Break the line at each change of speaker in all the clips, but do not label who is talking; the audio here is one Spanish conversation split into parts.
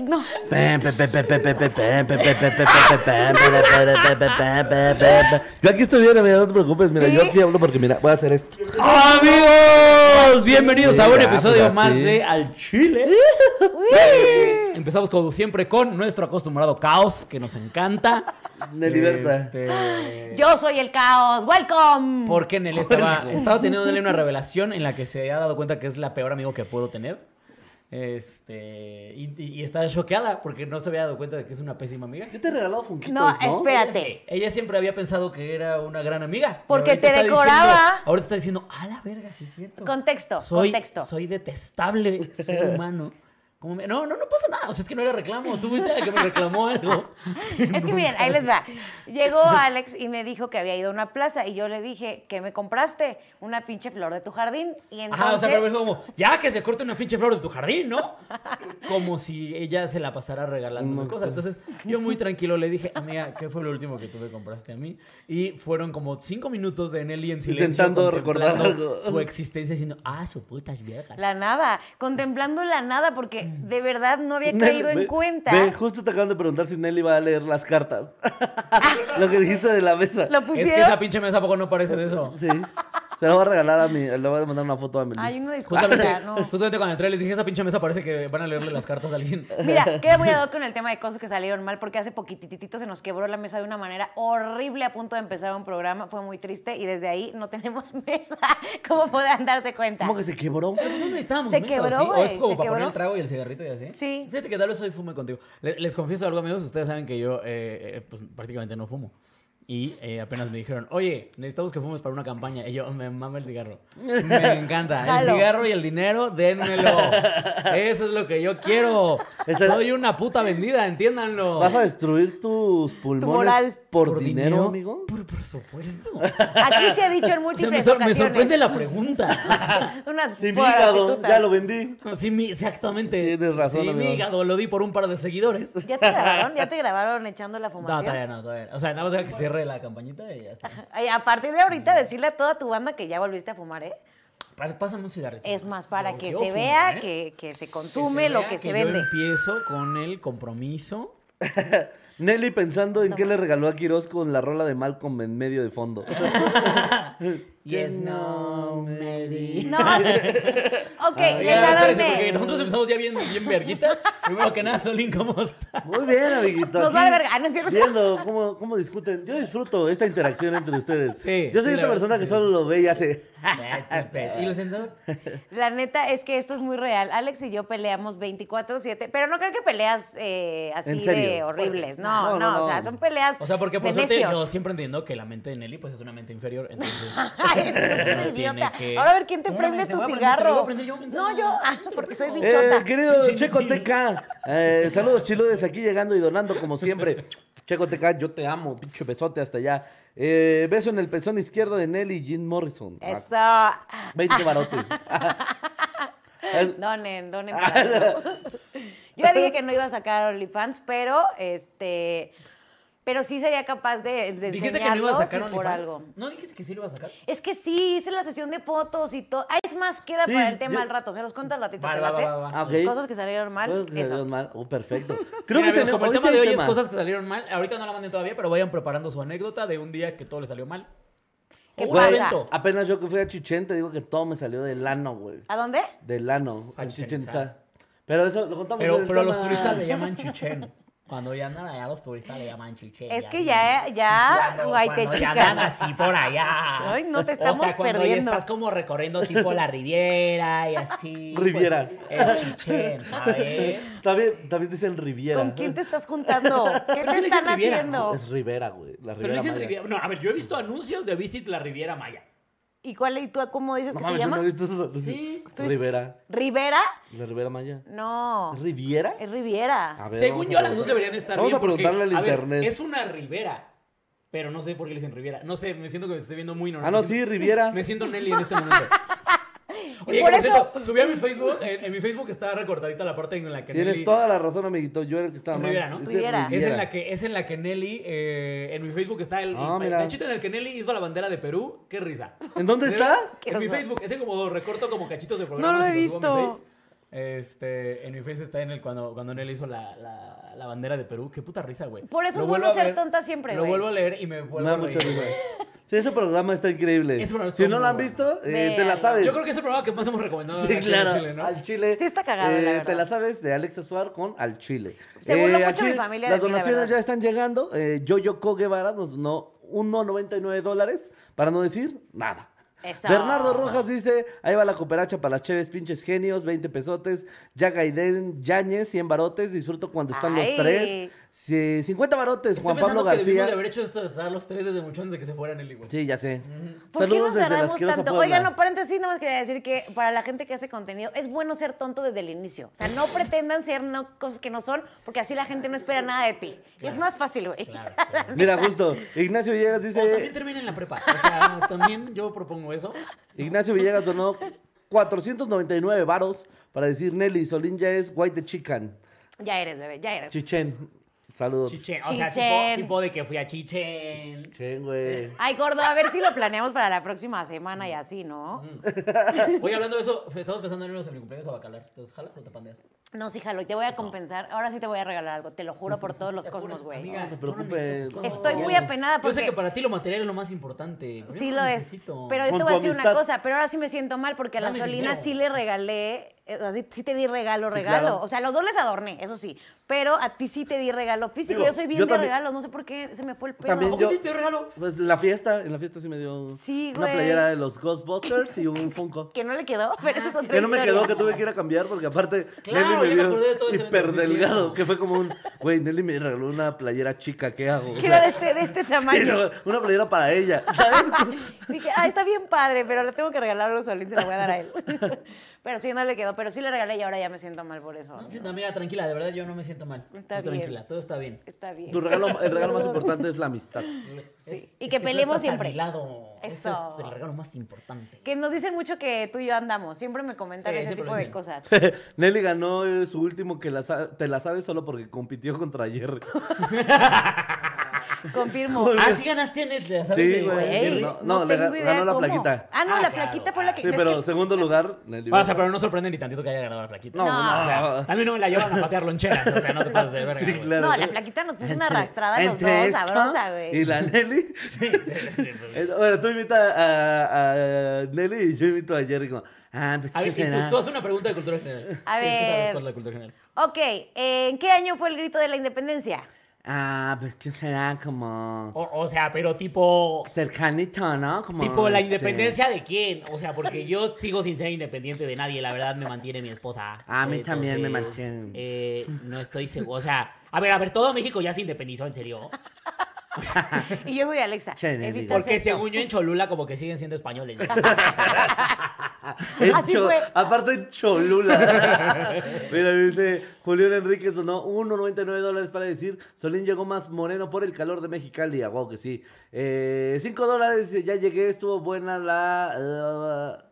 No.
Yo aquí estoy bien, amiga, no te preocupes, mira, yo aquí hablo porque mira, voy a hacer esto.
Amigos, bienvenidos a un
Sí, ya,
episodio
pues, así.
más de Al Chile. Empezamos como siempre con nuestro acostumbrado caos que nos encanta.
De libertad.
Este,
Yo soy el caos. Welcome.
Porque Nelly estaba, estaba teniendo Nelly una revelación en la que se ha dado cuenta que es la peor amigo que puedo tener. Este, y, y- y está choqueada porque no se había dado cuenta de que es una pésima amiga.
Yo te he regalado funquitos,
No,
¿no?
espérate.
Ella siempre había pensado que era una gran amiga.
Porque
Ahorita
te
está diciendo-
decoraba.
ahorita está diciendo, a la verga, sí es cierto.
Contexto,
soy,
contexto.
Soy detestable, ser humano. Como me- No, no, no pasa nada. O sea, es que no era reclamo. Tú fuiste la que me reclamó algo.
Es que miren, ahí les va. Llegó Alex y me dijo que había ido a una plaza y yo le dije, ¿qué me compraste? Una pinche flor de tu jardín. Y entonces...
Ajá, o sea, pero es como, ya que se corte una pinche flor de tu jardín, ¿no? Como si ella se la pasara regalando
No, pues.
cosas. Entonces, yo muy tranquilo le dije, amiga, ¿qué fue lo último que tú me compraste a mí? Y fueron como cinco minutos de Nelly en silencio.
Intentando recordar
contemplando
algo.
Su existencia diciendo, ah, su putas viejas.
La nada, contemplando la nada porque de verdad no había
Nelly,
caído en
ve-
cuenta.
Ve, justo te acaban de preguntar si Nelly va a leer las cartas. Lo que dijiste de la mesa.
Ah. Lo
Es que esa
pusieron.
pinche mesa ¿a poco no parece de eso.
Sí. Se la voy a regalar a mi. Le voy a mandar una foto a mi.
Hay una disculpa,
Justamente,
no.
justamente cuando entré les dije, esa pinche mesa parece que van a leerle las cartas a alguien.
Mira, quedé muy ad hoc con el tema de cosas que salieron mal, porque hace poquititito se nos quebró la mesa de una manera horrible a punto de empezar un programa. Fue muy triste y desde ahí no tenemos mesa, como puedan darse cuenta.
¿Cómo que se quebró?
No necesitábamos
Se
mesa,
quebró,
¿o sí? O es
güey,
como
se
para poner
quebró.
el trago y el cigarrito y así.
Sí.
Fíjate que tal vez hoy fume contigo. Le- Les, confieso algo, amigos. Ustedes saben que yo, eh, eh, pues prácticamente no fumo. Y eh, apenas me dijeron, oye, necesitamos que fumes para una campaña. Y yo, me mama el cigarro. Me encanta. El
Jalo.
cigarro y el dinero, dénmelo. Eso es lo que yo quiero.
Esa-
Soy una puta vendida, entiéndanlo.
¿Vas a destruir tus pulmones
moral.
por, dinero, amigo?
Por, por supuesto.
Aquí se ha dicho en
O sea, me,
múltiples
sor- me
ocasiones.
sorprende la pregunta.
Unas
Sí, mi
por
hígado,
actitudes.
ya lo vendí.
No, sí, mi- exactamente.
Tienes razón,
Sí, mi
amigo.
hígado lo di por un par de seguidores.
¿Ya te grabaron, ya te grabaron echando la
No,
fumación.
todavía no, todavía no. O sea, nada más deja que cierre la campañita y ya está.
Ay, a partir de
Mm.
ahorita decirle a toda tu banda que ya volviste a fumar, ¿eh?
Pá- Pásame un cigarrito.
Es más, para
Yo-
que
Pues yo
se
fumo,
vea
¿eh?
que, que se
Que se
consume lo
vea
que se
yo
vende.
empiezo con el compromiso.
Nelly pensando en qué le regaló a Quiroz con la rola de Malcolm en medio de fondo.
Yes, no, maybe.
No. ok, les
Ah, Ya, espérense, porque
adorné.
nosotros empezamos ya bien, bien verguitas. Primero que nada, Solín, ¿cómo está?
Muy bien, amiguito.
Nos
aquí
vale verga, no es cierto.
Viendo cómo, cómo discuten. Yo disfruto esta interacción entre ustedes.
Sí,
Yo soy
sí, la
esta
verdad
persona
que
que
sí.
solo lo ve y hace.
¿Y el sentador?
La neta es que esto es muy real. Alex y yo peleamos 24-7, pero no creo que peleas eh, así
¿En serio?
de horribles.
Fuertes.
No no,
No, no, no.
o sea, son peleas.
O sea, porque por
de
suerte
necios.
yo siempre entiendo que la mente de Nelly pues es una mente inferior, entonces...
Ay, es que eres
uno
un
tiene
idiota.
que-
Ahora a ver quién te
Espérame,
prende
te
tu
voy a prender, te lo
cigarro.
voy a prender yo pensando.
no, yo, ah, porque soy
Eh,
bichota.
querido Checo Teca, eh, saludos chiludes aquí llegando y donando como siempre. Checo Teca, yo te amo, pinche besote hasta allá. Eh, beso en el pezón izquierdo de Nelly Jim Morrison. Ah,
Eso.
20 barotes. Es-
Donen, donen
Ah,
para eso. Yo ya dije que no iba a sacar OnlyFans, pero este. Pero sí sería capaz de, de
Dijiste que no ibas a sacar
enseñarlos y por
OnlyFans?
algo.
No dijiste que sí lo ibas a sacar.
Es que sí, hice la sesión de fotos y todo. Ah, es más, queda
Sí,
para el tema
yo-
al rato. Se los cuento al ratito,
Va,
¿te
va,
late?
va, va, va.
Ah, ok.
Cosas que salieron mal,
Cosas que
eso.
salieron mal. Oh, perfecto. Creo
Creo
que
que
tenemos
como el
hoy
tema
sí
de
hay
hoy es
tema.
cosas que salieron mal, ahorita no la manden todavía, pero vayan preparando su anécdota de un día que todo le salió mal.
¿Qué
Un
pasa?
evento.
Apenas yo que fui a Chichén, te digo que todo me salió del ano, güey.
¿A dónde?
Del ano.
A
A
Chichén
Chichén
Itzá.
Itzá. Pero eso lo contamos en
Pero,
el
pero a los
tema.
turistas le llaman chichén. Cuando ya andan allá los turistas le llaman chichén.
Es que ya, ya,
Cuando,
guay, te
cuando ya andan
chica.
así por allá.
Ay, no, te
o
estamos
sea, cuando ya
perdiendo.
estás como recorriendo tipo la Riviera y así. pues,
Riviera.
el chichén, ¿sabes?
También, también dicen Riviera.
¿Con quién te estás juntando? ¿Qué
Pero sí
te
le
están
dicen Riviera,
haciendo?
Es Rivera, güey. La
Pero
Rivera
dicen
Maya.
Riviera. No, a ver, yo he visto anuncios de Visit la Riviera Maya.
¿Y cuál y tú cómo dices
No
que se
mames, yo
llama?
no he visto eso.
Sí.
Tú dices-
Rivera.
¿Rivera?
La Rivera Maya.
No.
¿Es ¿Riviera?
Es Riviera.
A ver,
Según
vamos a
yo, las dos
preguntar.
deberían estar
Vamos
bien.
a preguntarle
porque,
al
ver,
internet.
es una ribera, pero no sé por qué le dicen ribera. No sé, me siento que me estoy viendo muy normal.
Ah, no, sí, Ah, Riviera.
Me siento Nelly en este momento. Oye,
por
por
eso-
cierto, subí a mi Facebook. En, en mi Facebook está recortadita la parte en la que
Tienes
Nelly-
toda la razón, amiguito. Yo era el que estaba mal.
Rivera, ¿no?
Ese
Rivera.
Es en la que, es en la que Nelly, eh, en mi Facebook está el, el
Ah,
pa-
mira.
cachito en el que Nelly hizo la bandera de Perú. ¡Qué risa!
¿En dónde está?
Qué
en mi
horror.
Facebook, ese como recorto como cachitos de programas.
No lo he
y subo a mi
visto.
Face. Este, en mi Face está en el cuando, cuando Nelly hizo la, la, la bandera de Perú. ¡Qué puta risa, güey!
Por eso
Lo
es
vuelvo
bueno
a
ser
ver,
tonta siempre,
Lo
güey.
vuelvo a leer y me
Me
vuelvo
da
a reír.
mucha risa. Sí, ese programa está increíble.
Ese programa está
si no
muy
lo han
bueno.
visto, eh, te
Véanlo.
la sabes.
Yo creo que es el programa que más hemos recomendado
Sí,
Ah, aquí en
claro.
Chile, ¿no?
Al Chile. Eh,
Sí está cagado, la verdad.
Te la sabes de Alex Azuar con Al Chile. Eh,
Se burló mucho mi familia de
Las
mí, la
donaciones
verdad.
ya están llegando. Eh, Yoyo Co Guevara nos donó 1.99 dólares, para no decir nada.
Eso.
Bernardo Rojas dice, ahí va la cooperacha para las cheves, pinches genios, 20 pesotes. Yagaiden Yañez, 100 barotes, disfruto cuando están
Ay.
los tres. Sí, 50 barotes,
Estoy
Juan Pablo
pensando que debimos de
García.
haber hecho esto de estar los tres desde mucho antes de que se fuera Nelly, güey.
Sí, ya sé.
¿Por qué nos
Saludos desde
tardamos
las
tanto?
Puebla.
Oigan, no, paréntesis, nada más quería decir que para la gente que hace contenido es bueno ser tonto desde el inicio. O sea, no pretendan ser no- cosas que no son, porque así la gente no espera nada de ti. Y es
Claro.
más fácil, güey.
Claro, claro.
Mira, justo, Ignacio Villegas dice...
O también termina en la prepa. O sea, también yo propongo eso.
Ignacio Villegas donó 499 varos para decir Nelly Solín ya es white the chicken.
Ya eres, bebé, ya eres.
Chichen. Saludos.
Chichen. O sea,
Chichen.
tipo, tipo de que fui a Chichen.
Chichen, güey.
Ay, gordo, a ver si lo planeamos para la próxima semana
Mm.
y así, ¿no?
Oye, hablando de eso, estamos pensando en irnos en mi cumpleaños a Bacalar. ¿Entonces jalas o te pandeas?
Mm.
No, sí, jalo, y te voy a compensar. Ahora sí te voy a regalar algo, te lo juro por todos los cosmos, güey.
Amiga,
No te
tú
preocupes.
necesitas tus cosas.
Estoy muy apenada
Yo sé
porque-
que para ti lo material es lo más importante. Yo
Sí
no
lo es.
necesito.
Pero yo
Con
te voy a
tu
decir una
amistad.
cosa, pero ahora sí me siento mal porque a la
Dame
Solina
dinero.
sí le regalé, eh, o sea, sí- sí te di regalo,
Sí,
regalo.
claro.
O sea, los dos les adorné, eso sí. Pero a ti sí te di regalo físico.
Digo,
yo soy bien
yo
de
también-
regalos, no sé por qué se me fue el pedo.
También
¿Cómo
yo-
te diste regalo?
Pues la fiesta, en la fiesta sí me dio
Sí,
una
güey.
playera de los Ghostbusters y un Funko.
Que no le quedó, pero
Ah,
eso es otra
Que no me
historia.
quedó, que tuve que ir a cambiar porque aparte
Claro,
Nelly me
ya me acordé de todo
vio
ese evento, sí, es
hiperdelgado,
cierto.
que fue como un, güey, Nelly me regaló una playera chica, ¿qué hago? O
Que era de
sea,
este, de este
sí,
tamaño.
no, una playera para ella, ¿sabes?
Dije, ah, está bien padre, pero le tengo que regalar a Solín, se la voy a dar a él. pero sí, no le quedó, pero sí le regalé y ahora ya me siento mal por eso.
No, sí, amiga, tranquila, de verdad yo no me siento mal. Tú
Está bien.
tranquila, todo está bien.
Está bien.
Tu regalo, el regalo más importante es la amistad.
Sí,
Es-
y
es
que
tú
peleemos
estás
siempre.
A mi lado. Eso.
Eso.
es el regalo más importante.
Que nos dicen mucho que tú y yo andamos. Siempre me comentan
Sí,
ese
siempre
tipo
lo
de
dicen.
cosas.
Nelly ganó eh, su último que la sa- te la sabes solo porque compitió contra Jerry.
Confirmo. Ah,
Así Ah, ganaste en el, ¿sabes?
Sí,
De-
güey.
Güey,
no, no, le
tengo
ga-
idea
ganó la
cómo.
plaquita.
Ah, no,
Ah,
la
claro.
plaquita fue la que.
Sí,
es
pero
que-
segundo lugar, Nelly.
Bueno, o sea, pero no sorprende ni tantito que haya ganado la flaquita.
No, no,
O sea, a mí no me la llevan a patear loncheras, o sea, no te pases de verga.
Sí,
güey.
claro.
No, la plaquita nos puso una arrastrada a los
Entre
dos,
esta
sabrosa, güey.
Y la Nelly.
Sí, sí, pues.
eh, Bueno, tú invitas a, a Nelly y yo invito a Jerry como, ah, pues
A ver,
¿qué
y tú,
será?
tú haz una pregunta de cultura general.
A
Si es que sabes
ver.
cuál es la cultura general.
Ok, eh, ¿en qué año fue el grito de la independencia?
Ah, pues ¿qué será? Como
O, o sea, pero tipo.
cercanito, ¿no? Como
Tipo, ¿la
este,
independencia de quién? O sea, porque yo sigo sin ser independiente de nadie, la verdad me mantiene mi esposa.
A mí también me mantiene.
eh, no estoy seguro. O sea, a ver, a ver, todo México ya se independizó, ¿en serio?
Y yo soy Alexa.
Che,
editas
Nelly.
Porque
esto.
según yo en Cholula como que siguen siendo españoles.
En
Así
Cho-
fue.
Aparte en Cholula. Mira, dice Julián Enríquez donó 1.99 dólares para decir Solín llegó más moreno por el calor de Mexicali. A wow, que sí. Eh, 5 dólares, dice, ya llegué, estuvo buena la... uh,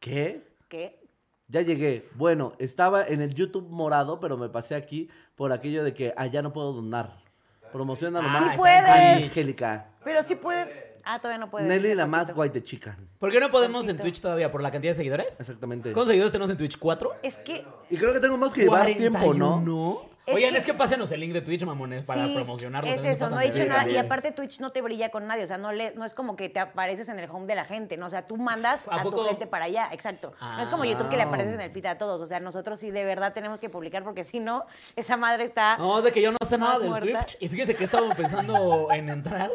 ¿Qué?
¿Qué?
Ya llegué. Bueno, estaba en el YouTube morado, pero me pasé aquí por aquello de que allá no puedo donar. Promociona
Ah,
nomás.
sí puedes.
Angélica.
Pero sí puede. Ah, todavía no puede.
Nelly la más guay de chica.
¿Por qué no podemos en
Tantito.
Twitch todavía? ¿Por la cantidad de seguidores?
Exactamente.
¿Cuántos seguidores tenemos en Twitch? ¿Cuatro?
Es que.
Y creo que tengo más que llevar tiempo, ¿no?
41.
Es
Oigan,
que-
es que pásenos el link de Twitch, mamones, para
sí,
promocionarlo.
Es
también se
eso, no he
pasan de
dicho nada.
verga.
Y
verga.
aparte Twitch no te brilla con nadie, o sea, no le, no es como que te apareces en el home de la gente, ¿no? O sea, tú mandas
¿A
a, tu
poco?
gente para allá, exacto. no es como YouTube que le
Ah.
apareces en el pita a todos, o sea, nosotros sí de verdad tenemos que publicar porque si no, esa madre está...
No, es de que yo no sé nada
Más
del
muerta.
Twitch. Y fíjense que estaba pensando en entrar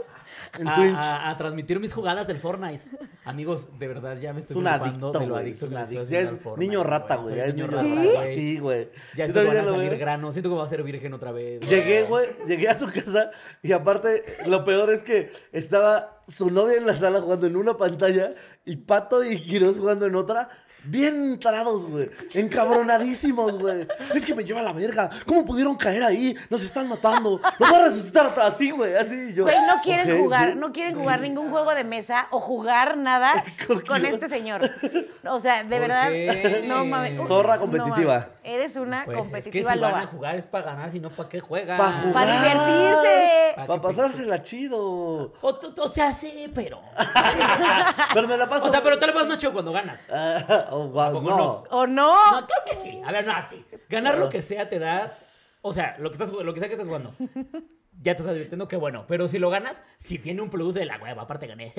En
a,
Twitch.
a- a transmitir mis jugadas del Fortnite. Amigos, de verdad ya me
Es
estoy
un
preocupando
adicto,
de lo
güey,
adicto
es
que
un
me estoy
adicto.
haciendo
Ya
al
es
Fortnite,
niño rata,
Soy
güey. ya es
niño
niño
rata,
rata,
güey.
Sí, güey.
Ya
Yo
estoy
también
van a
ya lo
salir
veo.
granos. Siento que voy a ser virgen otra vez. güey.
Llegué, güey, llegué a su casa y aparte lo peor es que estaba su novia en la sala jugando en una pantalla y Pato y Quiroz jugando en otra. bien entrados, güey. Encabronadísimos, güey. Es que me lleva la verga. ¿Cómo pudieron caer ahí? Nos están matando. Los va a resucitar así, güey. Así yo.
Güey, no quieren
ok,
jugar,
yo-
no quieren jugar ningún juego de mesa o jugar nada
¿Con
con
quién?
este señor. O sea, de
¿Por
verdad,
qué?
no mames. Uy,
Zorra
no
competitiva.
mames. Eres una
Pues, es que si
competitiva
van a
loba.
jugar es para ganar, si no, ¿para qué juegan?
Pa' jugar.
Para divertirse.
Pa'
Para
que-
pasársela chido.
O, tú- tú- o sea, sí, pero.
Ah, Pero me la paso.
O sea, pero te lo pasas más chido cuando ganas.
Ah, oh, guau,
¿A poco
no.
¿O no?
No, creo que sí. A ver, no, sí. Ganar lo que sea te da. O sea, lo que, estás, jug- lo que sea que estás jugando. Ya te estás divirtiendo, qué bueno. Pero si lo ganas, si tiene un plus de la hueva, aparte gané.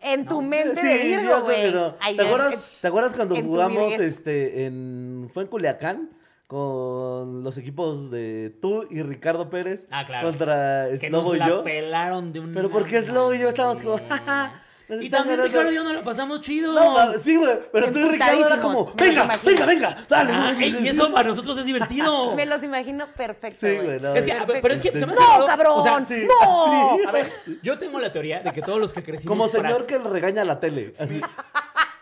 En tu mente de
Sí,
Virgo,
yo,
güey.
pero-
Ay,
¿Te
ya,
acuerdas,
eh,
¿Te acuerdas cuando
en tu
jugamos
virguez.
este en fue en Culiacán con los equipos de tú y Ricardo Pérez
Ah, claro.
contra
que nos
Slobo y
la
yo?
pelaron de un.
Pero porque Slobo y yo estábamos como, jaja, nos
Y
están
también
ganando.
Ricardo y yo nos la pasamos chido.
No, ma- sí, güey, pero tú y Ricardo era
Emputadísimos, me
como,
los
venga,
imagino.
venga, venga, dale.
Ah,
no,
ey, y eso para nosotros es divertido.
Me los imagino perfecto.
Sí, güey, no.
Es que,
Perfecto.
pero es que se me hace
¡No,
raro,
cabrón!
o sea,
sí,
¡No!
sí.
A ver, yo tengo la teoría de que todos los que crecimos.
Como
para-
señor que le regaña a la tele. así.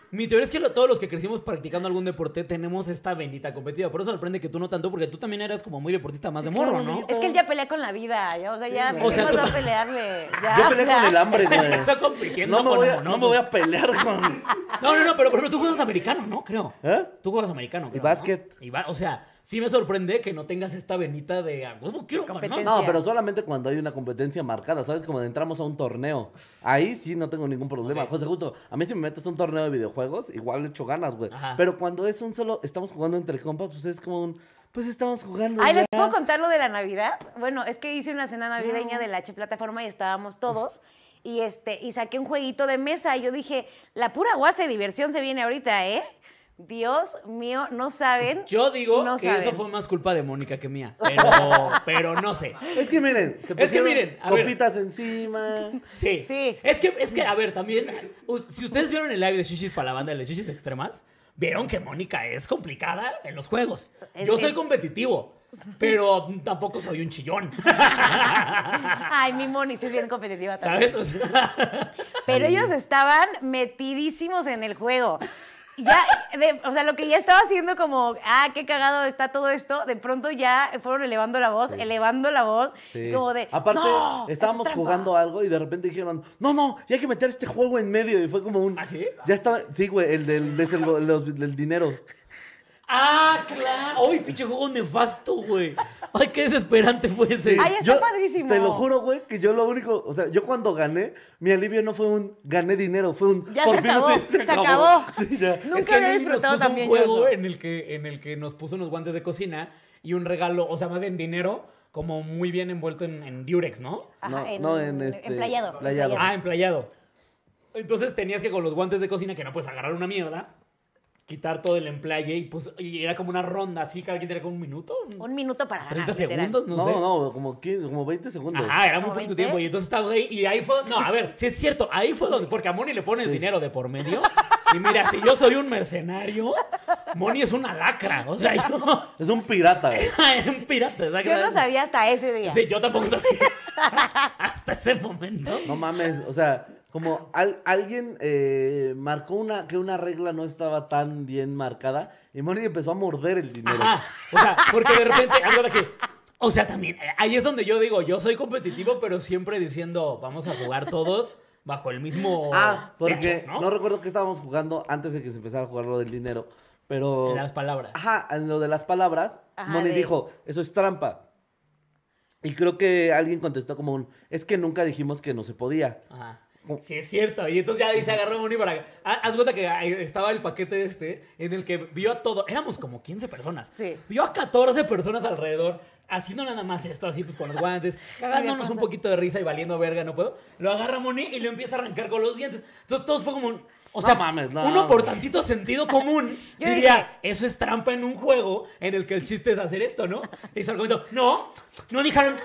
Mi teoría es que lo- todos los que crecimos practicando algún deporte tenemos esta bendita competitiva. Por eso me sorprende que tú no tanto, porque tú también eras como muy deportista más de morro,
claro,
¿no?
niño.
Es que él ya pelea con la vida. Ya, o sea, ya.
güey.
¿qué
O sea,
más
tú-
va a pelearle? Ya,
Yo
o
peleé
sea,
con el hambre, güey.
Empezó compitiendo
Pues, No me
con
voy a-
monos.
no me voy a pelear con...
No, no, no, pero por ejemplo, tú juegas americano, ¿no? Creo.
¿Eh?
Tú juegas americano. creo, ¿no?
básquet.
Y va- o sea, sí me sorprende que no tengas esta venita de "A huevo quiero ganar".
Competencia.
No, pero solamente cuando hay una competencia marcada, ¿sabes? Como entramos a un torneo. Ahí sí no tengo ningún problema.
Ok.
José, justo, a mí si me metes a un torneo de videojuegos, igual le echo ganas, güey.
Ajá.
Pero cuando es un solo, estamos jugando entre compas, pues es como un, pues estamos jugando.
Ay,
ya.
les puedo contar lo de la Navidad. Bueno, es que hice una cena navideña de la H plataforma y estábamos todos. Y este, y saqué un jueguito de mesa. Y yo dije, la pura guasa de diversión se viene ahorita, ¿eh? Dios mío, no saben.
Yo digo
No
que eso
saben.
fue más culpa de Mónica que mía. Pero, pero no sé.
Es que miren, se
que
pusieron
miren, a ver.
copitas encima.
Sí.
Sí.
Es que, es que, a ver, también, us- si ustedes vieron el live de Shishis para la banda de las Shishis Extremas, vieron que Mónica es complicada en los juegos.
Es-
Yo soy
es-
competitivo, pero tampoco soy un chillón,
Ay, mi Moni, sí es bien competitiva también.
¿sabes? O sea,
Pero ellos estaban metidísimos en el juego. Ya, de- o sea, lo que ya estaba haciendo como, ah, qué cagado está todo esto, de pronto ya fueron elevando la voz, elevando la voz,
Sí.
como de,
Aparte,
"No, eso es
estábamos
trampa".
jugando algo y de repente dijeron, no, no, ya hay que meter este juego en medio. Y fue como un.
¿Ah, sí?
Ya estaba. Sí, güey, el del, del- los- del dinero.
ah, claro. ¡Ay, pinche juego nefasto, güey! ¡Ay, qué desesperante fue ese!
Ay, está padrísimo.
Te lo juro, güey, que yo lo único, o sea, yo cuando gané, mi alivio no fue un gané dinero, fue un
Ya se acabó,
sí,
se acabó.
Sí, ya.
Nunca
es que
había
Nelly
disfrutado
nos puso
también
un
yo
juego
eso.
en el que en el que nos puso unos guantes de cocina y un regalo, o sea, más bien dinero, como muy bien envuelto en, en Durex, ¿no?
Ajá,
No, no, en este,
playado,
playado.
en
Ah, emplayado. Entonces tenías que con los guantes de cocina, que no puedes agarrar una mierda, quitar todo el emplaye y pues y era como una ronda así, cada quien tenía como un minuto, un-
Un minuto para ganar,
30
literal.
segundos, no,
No,
sé.
no, como, 15, como 20 segundos.
Ajá, era muy
¿Como
poquito
20?
tiempo y entonces estábamos ahí y ahí fue, no, a ver, sí es cierto, ahí fue donde, porque a Moni le pones dinero de por medio y mira, si yo soy un mercenario, Moni es una lacra, o sea, yo...
Es un pirata, güey.
Era un pirata, exacto.
Yo no sabía hasta ese día.
Sí, yo tampoco sabía. Hasta ese momento.
No mames, o sea, como al- alguien eh, marcó una que una regla no estaba tan bien marcada y Moni empezó a morder el dinero.
Ajá. O sea, porque de repente, haz cuenta que. O sea, también, eh, ahí es donde yo digo, yo soy competitivo, pero siempre diciendo, vamos a jugar todos bajo el mismo.
Ah, porque
techo,
¿no? recuerdo que estábamos jugando antes de que se empezara a jugar lo del dinero, pero...
Las palabras.
Ajá, en lo de las palabras,
Ajá,
Moni
de-
dijo, eso es trampa. Y creo que alguien contestó como un, es que nunca dijimos que no se podía.
Ajá.
Oh.
Sí, es cierto. Y entonces ya ahí se agarró Moni para. Ah, Haz cuenta que ahí estaba el paquete este en el que vio a todo. Éramos como 15 personas.
Sí.
Vio a 14 personas alrededor. Haciendo nada más esto, así pues con los guantes, cagándonos un poquito de risa y valiendo verga, no puedo. Lo agarra Moni y lo empieza a arrancar con los dientes. Entonces todos fue como un. O
No
sea,
mames, no,
uno por
mames.
tantito sentido común
Yo
diría,
dije-
eso es trampa en un juego en el que el chiste es hacer esto, ¿no? Y su argumento, no, No dijeron